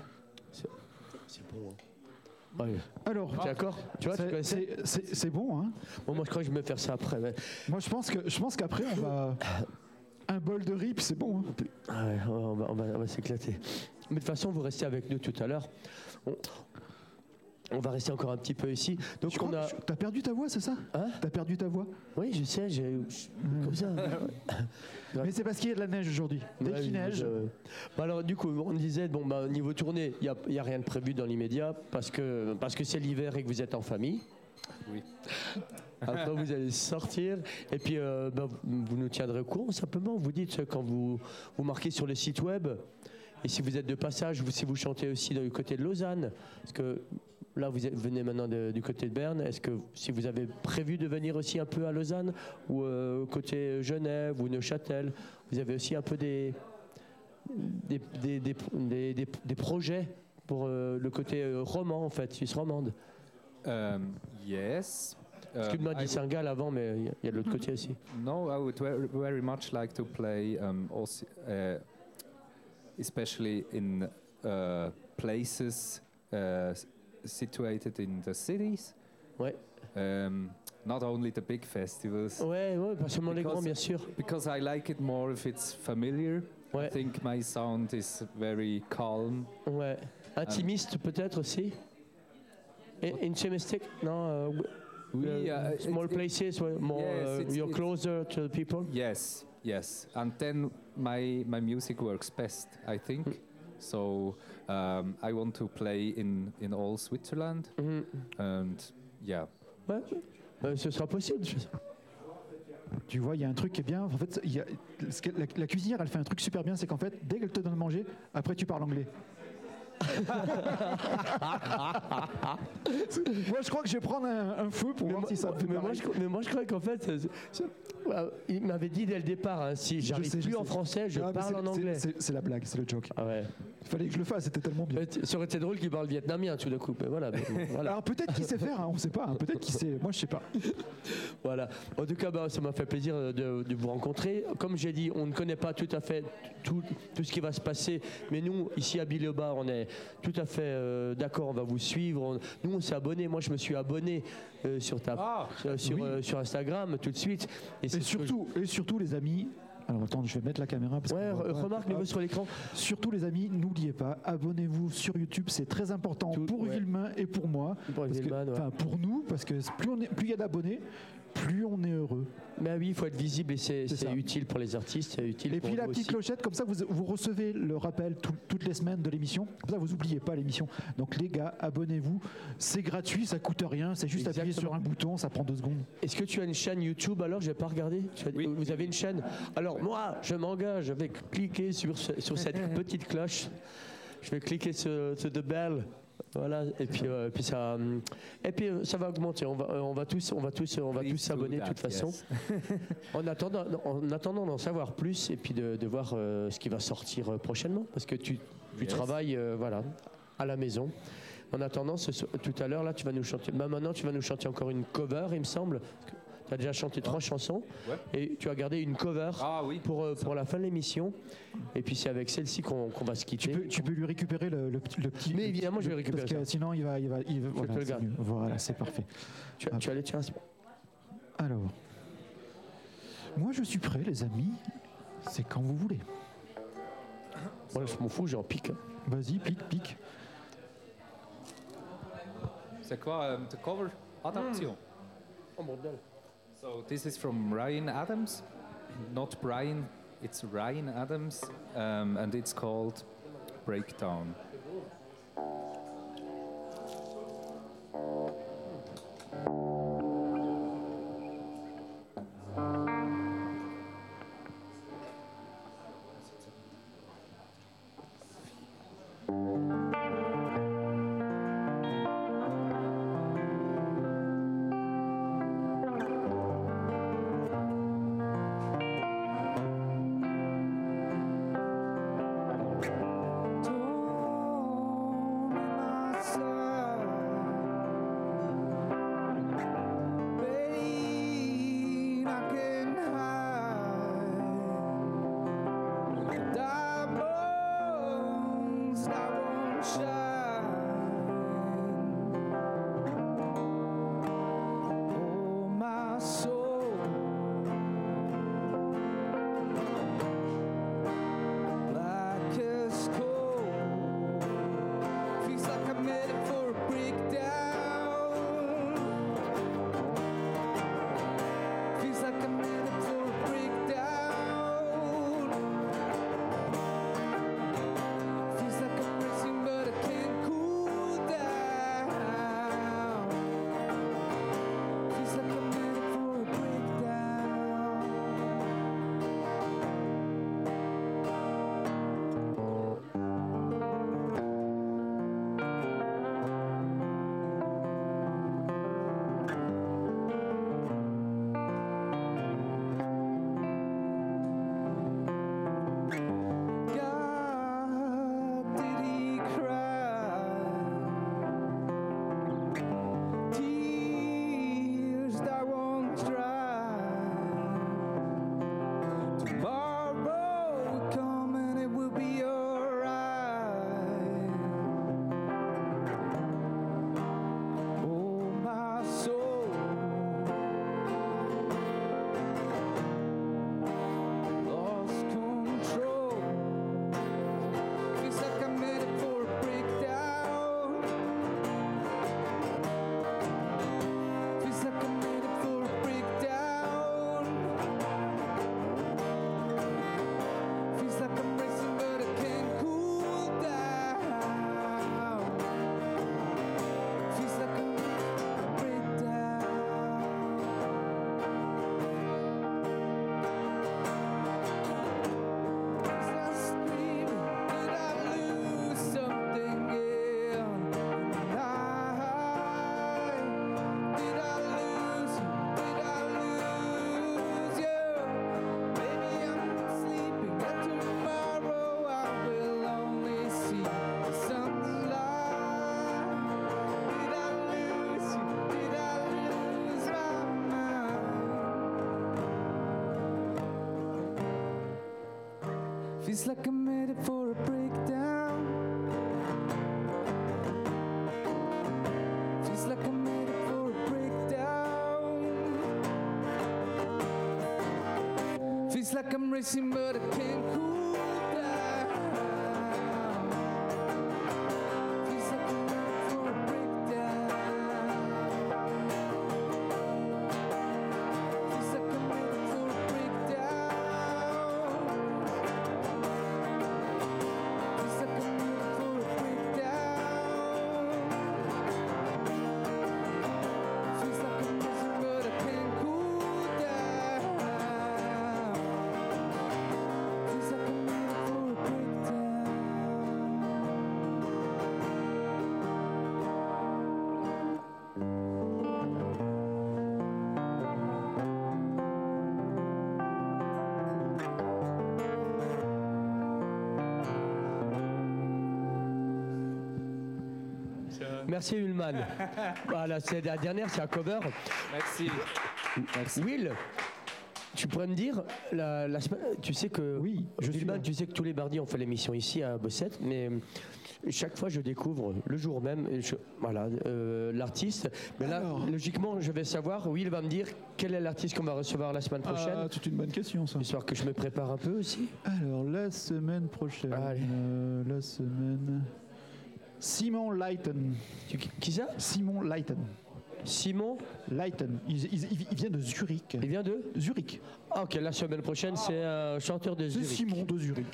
[SPEAKER 2] C'est c'est bon. hein. Ouais.
[SPEAKER 1] Alors,
[SPEAKER 2] T'es d'accord Tu vois, tu
[SPEAKER 1] Ah. c'est-
[SPEAKER 2] connaissais
[SPEAKER 1] c'est- c'est c'est bon, hein
[SPEAKER 2] Bon, moi je crois que je vais me faire ça après. mais-
[SPEAKER 1] Moi, je pense que je pense qu'après, on va. Un bol de riz, puis c'est bon. hein.
[SPEAKER 2] Ah ouais, on va, on va- on va s'éclater. Mais de toute façon, vous restez avec nous tout à l'heure. On, on va rester encore un petit peu ici. Donc
[SPEAKER 1] Je
[SPEAKER 2] on
[SPEAKER 1] crois
[SPEAKER 2] a.
[SPEAKER 1] que tu- oh, T'as perdu ta voix, c'est ça
[SPEAKER 2] Hein
[SPEAKER 1] T'as perdu ta voix
[SPEAKER 2] Oui, je sais, j'ai. je-
[SPEAKER 1] Hmm.
[SPEAKER 2] Comme ça.
[SPEAKER 1] Mais c'est parce qu'il y a de la neige aujourd'hui. Dès
[SPEAKER 2] Ouais,
[SPEAKER 1] qu'il
[SPEAKER 2] je-
[SPEAKER 1] neige,
[SPEAKER 2] je- Bah alors du coup, on disait, bon, bah, niveau tournée, il n'y a, rien de prévu dans l'immédiat parce que parce que c'est l'hiver et que vous êtes en famille.
[SPEAKER 3] Oui.
[SPEAKER 2] Après, vous allez sortir et puis euh, bah, vous vous nous tiendrez au courant simplement. Vous dites euh, quand vous vous marquez sur le site web et si vous êtes de passage, vous, si vous chantez aussi du côté de Lausanne, parce que Là, vous êtes- venez maintenant de- du côté de Berne. Est-ce que si vous avez prévu de venir aussi un peu à Lausanne ou euh, côté Genève ou Neuchâtel, vous avez aussi un peu des, des, des- des- des- des- des projets pour euh, le côté euh, roman, en fait, Suisse romande
[SPEAKER 5] Um, yes.
[SPEAKER 2] Parce que
[SPEAKER 5] Um,
[SPEAKER 2] tu m'as
[SPEAKER 5] I
[SPEAKER 2] dit Saint-Gall avant, mais il y a- il y a de l'autre côté aussi.
[SPEAKER 5] No, I would very, very much like to play, um, also, uh, especially in uh, places uh, s- situated in the cities.
[SPEAKER 2] Ouais. Oh.
[SPEAKER 5] Um, not only the big festivals,
[SPEAKER 2] Ouais, ouais, pas seulement les
[SPEAKER 5] Because-
[SPEAKER 2] grands, bien sûr.
[SPEAKER 5] because I like it more if it's familiar. I
[SPEAKER 2] Ouais,
[SPEAKER 5] think my sound is very calm.
[SPEAKER 2] ouais. Intimiste peut-être aussi. Et intimistic Non. euh, w-
[SPEAKER 5] We,
[SPEAKER 2] euh,
[SPEAKER 5] uh, it-
[SPEAKER 2] small
[SPEAKER 5] it-
[SPEAKER 2] places, ouais, more
[SPEAKER 5] Yes,
[SPEAKER 2] euh,
[SPEAKER 5] it's-
[SPEAKER 2] you're
[SPEAKER 5] it's-
[SPEAKER 2] closer to the people.
[SPEAKER 5] Yes, yes. And then my my music works best, I think.
[SPEAKER 2] Hmm.
[SPEAKER 5] So um, I want to play in in all Switzerland,
[SPEAKER 2] Mhm.
[SPEAKER 5] and yeah.
[SPEAKER 2] Ouais. Euh, ce sera possible. je-
[SPEAKER 1] Tu vois, il y a un truc qui est bien. En fait, il y a- ce que- la, la cuisinière, elle fait un truc super bien, c'est qu'en fait, dès qu'elle te donne à manger, après tu parles anglais. moi, je crois que je vais prendre un, un feu pour
[SPEAKER 2] Mais,
[SPEAKER 1] voir
[SPEAKER 2] moi,
[SPEAKER 1] si ça fait
[SPEAKER 2] mais moi,
[SPEAKER 1] pareil.
[SPEAKER 2] je, mais moi, je crois qu'en fait, euh, c'est- euh, il m'avait dit dès le départ, hein, si j'arrive
[SPEAKER 1] sais, je
[SPEAKER 2] plus en
[SPEAKER 1] sais.
[SPEAKER 2] français, je
[SPEAKER 1] Ah, mais
[SPEAKER 2] parle
[SPEAKER 1] c'est-
[SPEAKER 2] en
[SPEAKER 1] c'est-
[SPEAKER 2] anglais.
[SPEAKER 1] C'est c'est la blague, c'est le joke.
[SPEAKER 2] Ah ouais.
[SPEAKER 1] Il fallait que je le fasse, c'était tellement bien.
[SPEAKER 2] Mais t- Ça aurait été drôle qu'il parle vietnamien tout d'un coup. Mais voilà. mais bon, voilà.
[SPEAKER 1] Alors peut-être qu'il sait faire, hein, on ne sait pas. hein, peut-être qu'il sait. Moi, je sais pas.
[SPEAKER 2] Voilà. En tout cas, bah, ça m'a fait plaisir euh, de, de vous rencontrer. Comme j'ai dit, on ne connaît pas tout à fait tout, tout ce qui va se passer, mais nous, ici à Biloba, on est tout à fait euh, d'accord, on va vous suivre. On- nous, on s'est abonnés. Moi, je me suis abonné euh, sur, ta,
[SPEAKER 5] Ah,
[SPEAKER 2] sur, sur,
[SPEAKER 1] oui.
[SPEAKER 2] euh, sur Instagram tout de suite. c'est
[SPEAKER 1] Et
[SPEAKER 2] ce que je-
[SPEAKER 1] surtout, et surtout, les amis. Alors attends, je vais mettre la caméra. Parce
[SPEAKER 2] Ouais,
[SPEAKER 1] qu'on voit
[SPEAKER 2] re-
[SPEAKER 1] pas.
[SPEAKER 2] remarque,
[SPEAKER 1] Hop.
[SPEAKER 2] le sur l'écran.
[SPEAKER 1] Surtout les amis, n'oubliez pas, abonnez-vous sur YouTube, c'est très important
[SPEAKER 2] Tout-
[SPEAKER 1] pour
[SPEAKER 2] ouais.
[SPEAKER 1] Villemain et pour moi.
[SPEAKER 2] Pour
[SPEAKER 1] Parce que-
[SPEAKER 2] Villeman, ouais.
[SPEAKER 1] enfin, pour nous, parce que plus on est- plus il y a d'abonnés, plus on est heureux.
[SPEAKER 2] Mais oui, il faut être visible et c'est
[SPEAKER 1] C'est
[SPEAKER 2] c'est
[SPEAKER 1] ça.
[SPEAKER 2] utile pour les artistes, c'est utile
[SPEAKER 1] Et
[SPEAKER 2] pour
[SPEAKER 1] puis la
[SPEAKER 2] nous
[SPEAKER 1] petite
[SPEAKER 2] aussi.
[SPEAKER 1] clochette, comme ça vous, vous recevez le rappel tout- toutes les semaines de l'émission. Comme ça vous n'oubliez pas l'émission. Donc les gars, abonnez-vous. C'est gratuit, ça coûte rien. C'est juste appuyer
[SPEAKER 2] Exactement.
[SPEAKER 1] sur un bouton, ça prend deux secondes.
[SPEAKER 2] Est-ce que tu as une chaîne YouTube alors J'ai pas regardé. Tu as-
[SPEAKER 5] Oui.
[SPEAKER 2] Vous avez une chaîne Alors moi, je m'engage. Je vais cliquer sur, ce- sur cette petite cloche. Je vais cliquer sur, sur the bell. Voilà. Et puis, euh, et puis ça, hum, et puis euh, ça va augmenter. On va, euh, on va tous, on va tous, on va tous
[SPEAKER 5] Please do
[SPEAKER 2] s'abonner de
[SPEAKER 5] that,
[SPEAKER 2] toute façon.
[SPEAKER 5] yes.
[SPEAKER 2] En attendant, en attendant d'en savoir plus et puis de, de voir euh, ce qui va sortir euh, prochainement, parce que tu, tu
[SPEAKER 5] Yes.
[SPEAKER 2] travailles, euh, voilà, à la maison. En attendant, ce so- tout à l'heure, là, tu vas nous chanter. bah, maintenant, tu vas nous chanter encore une cover, il me semble. Tu as déjà chanté trois chansons
[SPEAKER 5] Ouais.
[SPEAKER 2] et tu as gardé une cover
[SPEAKER 5] Ah oui.
[SPEAKER 2] pour, euh, pour la fin de l'émission. Et puis c'est avec celle-ci qu'on qu'on va se quitter.
[SPEAKER 1] Tu peux, tu peux lui récupérer le, le petit- le petit.
[SPEAKER 2] Mais
[SPEAKER 1] le
[SPEAKER 2] évidemment,
[SPEAKER 1] petit-
[SPEAKER 2] je vais
[SPEAKER 1] le-
[SPEAKER 2] récupérer
[SPEAKER 1] Parce que sinon, il va, il va, il va-
[SPEAKER 2] te le
[SPEAKER 1] Voilà, c'est
[SPEAKER 2] garde.
[SPEAKER 1] mieux. Voilà, c'est parfas.
[SPEAKER 2] Tu, tu as les tiens.
[SPEAKER 1] Alors, moi je suis prêt, les amis. C'est quand vous voulez.
[SPEAKER 2] Moi, je m'en fous, j'en pique. hein.
[SPEAKER 1] Vas-y, pique, pique.
[SPEAKER 5] C'est quoi um, the cover? Adaption.
[SPEAKER 2] Hmm.
[SPEAKER 5] So this is from Ryan Adams, not Brian. It's Ryan Adams, um, and it's called Breakdown.
[SPEAKER 3] Torn in myself, Oh, Feels like I'm headed for a breakdown. Feels like I'm headed for a breakdown. Feels like I'm racing, but I can't cool down. Feels like I'm headed for a breakdown. Feels like I'm headed for a breakdown. Feels like I'm headed for a breakdown. Feels like I'm racing, but I can't cool down. Feels like I'm headed for a breakdown.
[SPEAKER 2] Merci Ullman. voilà, c'est la dernière, c'est un cover.
[SPEAKER 5] Merci. Merci.
[SPEAKER 2] Will, tu pourrais me dire, la, la semaine- tu sais que.
[SPEAKER 1] Oui, je suis
[SPEAKER 2] Ullman,
[SPEAKER 1] là.
[SPEAKER 2] tu sais que tous les mardis on fait l'émission ici à Bossette, mais euh, chaque fois je découvre le jour même, et je- voilà, euh, l'artiste. Mais là,
[SPEAKER 1] Alors.
[SPEAKER 2] logiquement, je vais savoir, Will va me dire quel est l'artiste qu'on va recevoir la semaine prochaine.
[SPEAKER 1] Ah, toute une bonne question, ça.
[SPEAKER 2] Histoire que je me prépare un peu aussi.
[SPEAKER 1] Alors, la semaine prochaine.
[SPEAKER 2] Allez.
[SPEAKER 1] euh, la semaine. Simon Lighten.
[SPEAKER 2] Tu- qui ça
[SPEAKER 1] Simon Lighten.
[SPEAKER 2] Simon
[SPEAKER 1] Lighten. Il, il- il vient de Zurich.
[SPEAKER 2] Il vient de
[SPEAKER 1] Zurich.
[SPEAKER 2] Ah, ok, la semaine prochaine, c'est un chanteur de
[SPEAKER 1] C'est
[SPEAKER 2] Zurich.
[SPEAKER 1] Simon de Zurich.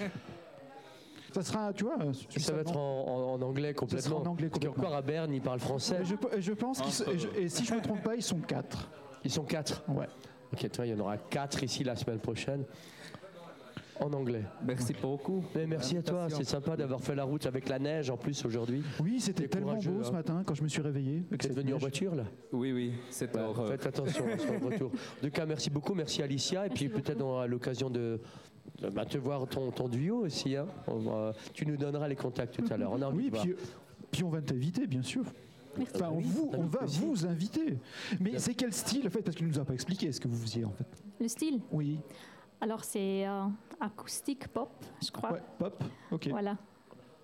[SPEAKER 1] Ça sera, tu vois,
[SPEAKER 2] Ça va être en, en- en anglais complètement.
[SPEAKER 1] sera en anglais
[SPEAKER 2] Parce
[SPEAKER 1] complètement.
[SPEAKER 2] qu'encore à Berne, ils parlent français.
[SPEAKER 1] Et je, et je pense qu'ils se- et, je- et si je me trompe pas, ils sont quatre.
[SPEAKER 2] Ils sont quatre.
[SPEAKER 1] Ouais.
[SPEAKER 2] Ok, toi, il y en aura quatre ici la semaine prochaine. En anglais.
[SPEAKER 5] Merci beaucoup.
[SPEAKER 2] Mais merci à toi,
[SPEAKER 5] Invitation.
[SPEAKER 2] c'est sympa d'avoir fait la route avec la neige en plus aujourd'hui.
[SPEAKER 1] Oui, c'était
[SPEAKER 2] T'es
[SPEAKER 1] tellement
[SPEAKER 2] courageux,
[SPEAKER 1] beau
[SPEAKER 2] hein.
[SPEAKER 1] ce matin quand je me suis réveillé. avec
[SPEAKER 2] Vous êtes
[SPEAKER 1] cette
[SPEAKER 2] venu
[SPEAKER 1] neige.
[SPEAKER 2] en
[SPEAKER 1] euh,
[SPEAKER 2] voiture là
[SPEAKER 5] Oui, oui, c'est euh,
[SPEAKER 2] Ouais,
[SPEAKER 5] horreur.
[SPEAKER 2] Faites attention à son retour. En tout cas, merci beaucoup, merci Alicia. Et puis peut-être on aura l'occasion de, de- bah, te voir ton, ton duo aussi. hein. On va- tu nous donneras les contacts tout à l'heure. On a envie
[SPEAKER 1] Oui,
[SPEAKER 2] de voir.
[SPEAKER 1] puis, euh, puis on va t'inviter, bien sûr.
[SPEAKER 4] Merci.
[SPEAKER 1] Enfin, on,
[SPEAKER 2] oui,
[SPEAKER 1] vous,
[SPEAKER 2] avec
[SPEAKER 1] on va
[SPEAKER 2] plaisir.
[SPEAKER 1] vous inviter. Mais c'est quel style, en fait Parce qu'il nous a pas expliqué ce que vous faisiez, en fait.
[SPEAKER 4] Le style,
[SPEAKER 1] Oui.
[SPEAKER 4] alors c'est euh, acoustique pop, je crois.
[SPEAKER 1] Ouais, pop. Ok.
[SPEAKER 4] Voilà.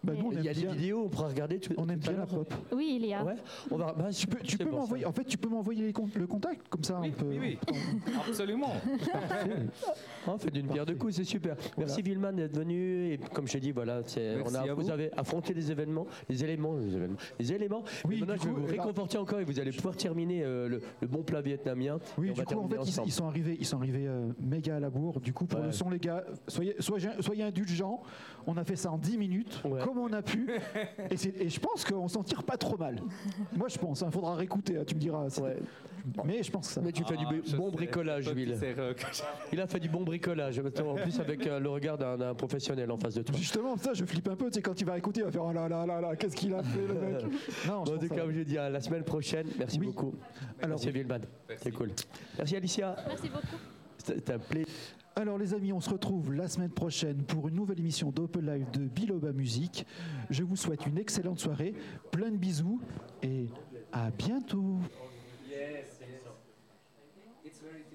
[SPEAKER 1] Bah, nous, on
[SPEAKER 2] Il y
[SPEAKER 1] aime
[SPEAKER 2] a des
[SPEAKER 1] bien,
[SPEAKER 2] vidéos, on pourra regarder. tout-
[SPEAKER 1] on aime
[SPEAKER 2] tout à
[SPEAKER 1] bien la
[SPEAKER 2] l'heure.
[SPEAKER 1] pop.
[SPEAKER 4] Oui, il y a.
[SPEAKER 2] Ouais, on va. bah,
[SPEAKER 1] Tu peux, tu
[SPEAKER 2] c'est
[SPEAKER 1] peux
[SPEAKER 2] bon, ça.
[SPEAKER 1] m'envoyer. En fait, tu peux m'envoyer les con- le contact comme ça.
[SPEAKER 5] Oui,
[SPEAKER 1] on peut-
[SPEAKER 5] oui, oui, absolument.
[SPEAKER 2] On fait d'une Hein, pierre deux coups, c'est super. Merci Villeman d'être venu. Et comme je l'ai dit, voilà, c'est- on
[SPEAKER 5] Merci
[SPEAKER 2] a,
[SPEAKER 5] à
[SPEAKER 2] vous
[SPEAKER 5] vous.
[SPEAKER 2] avez affronté les événements, les éléments, les événements, les éléments.
[SPEAKER 1] Oui,
[SPEAKER 2] Et maintenant,
[SPEAKER 1] du
[SPEAKER 2] je vais
[SPEAKER 1] coup,
[SPEAKER 2] vous
[SPEAKER 1] euh,
[SPEAKER 2] réconforter encore et vous allez pouvoir terminer euh, le, le bon plat vietnamien. Et
[SPEAKER 1] Oui, du
[SPEAKER 2] on va
[SPEAKER 1] coup, en
[SPEAKER 2] terminer
[SPEAKER 1] fait, ils,
[SPEAKER 2] ensemble.
[SPEAKER 1] ils sont arrivés, ils sont arrivés euh, méga à la bourre. Du coup, pour
[SPEAKER 2] Ouais.
[SPEAKER 1] le son, les gars, soyez, soyez, soyez indulgents. On a fait ça en 10 minutes,
[SPEAKER 2] Ouais.
[SPEAKER 1] comme on a pu. et, c'est- et je pense qu'on s'en tire pas trop mal. Moi, je pense. Il faudra réécouter. hein, tu me diras. si-
[SPEAKER 2] Ouais.
[SPEAKER 1] Mais je pense que ça.
[SPEAKER 2] Mais tu fais du
[SPEAKER 5] Ah,
[SPEAKER 2] b-
[SPEAKER 5] je
[SPEAKER 2] bon
[SPEAKER 5] sais,
[SPEAKER 2] bricolage,
[SPEAKER 5] petite
[SPEAKER 2] Will.
[SPEAKER 5] erreur que j'ai-
[SPEAKER 2] Il a fait du bon bricolage. En plus, avec euh, le regard d'un d'un professionnel en face de toi.
[SPEAKER 1] Justement, ça, je flippe un peu. Tu sais, quand il va écouter, il va faire Oh là là là là, qu'est-ce qu'il a fait, le mec Non, je
[SPEAKER 2] Bon, en
[SPEAKER 1] pense
[SPEAKER 2] tout
[SPEAKER 1] que ça
[SPEAKER 2] cas,
[SPEAKER 1] va.
[SPEAKER 2] comme je dis, à la semaine prochaine. Merci
[SPEAKER 1] Oui.
[SPEAKER 2] beaucoup.
[SPEAKER 1] Alors,
[SPEAKER 2] Merci Villeman. C'est cool. Merci Alicia.
[SPEAKER 4] Merci beaucoup.
[SPEAKER 2] C'était un plaisir.
[SPEAKER 1] Alors les amis, on se retrouve la semaine prochaine pour une nouvelle émission d'Open Live de Biloba Musique. Je vous souhaite une excellente soirée, plein de bisous et à bientôt.
[SPEAKER 5] Yes, yes. It's very difficult.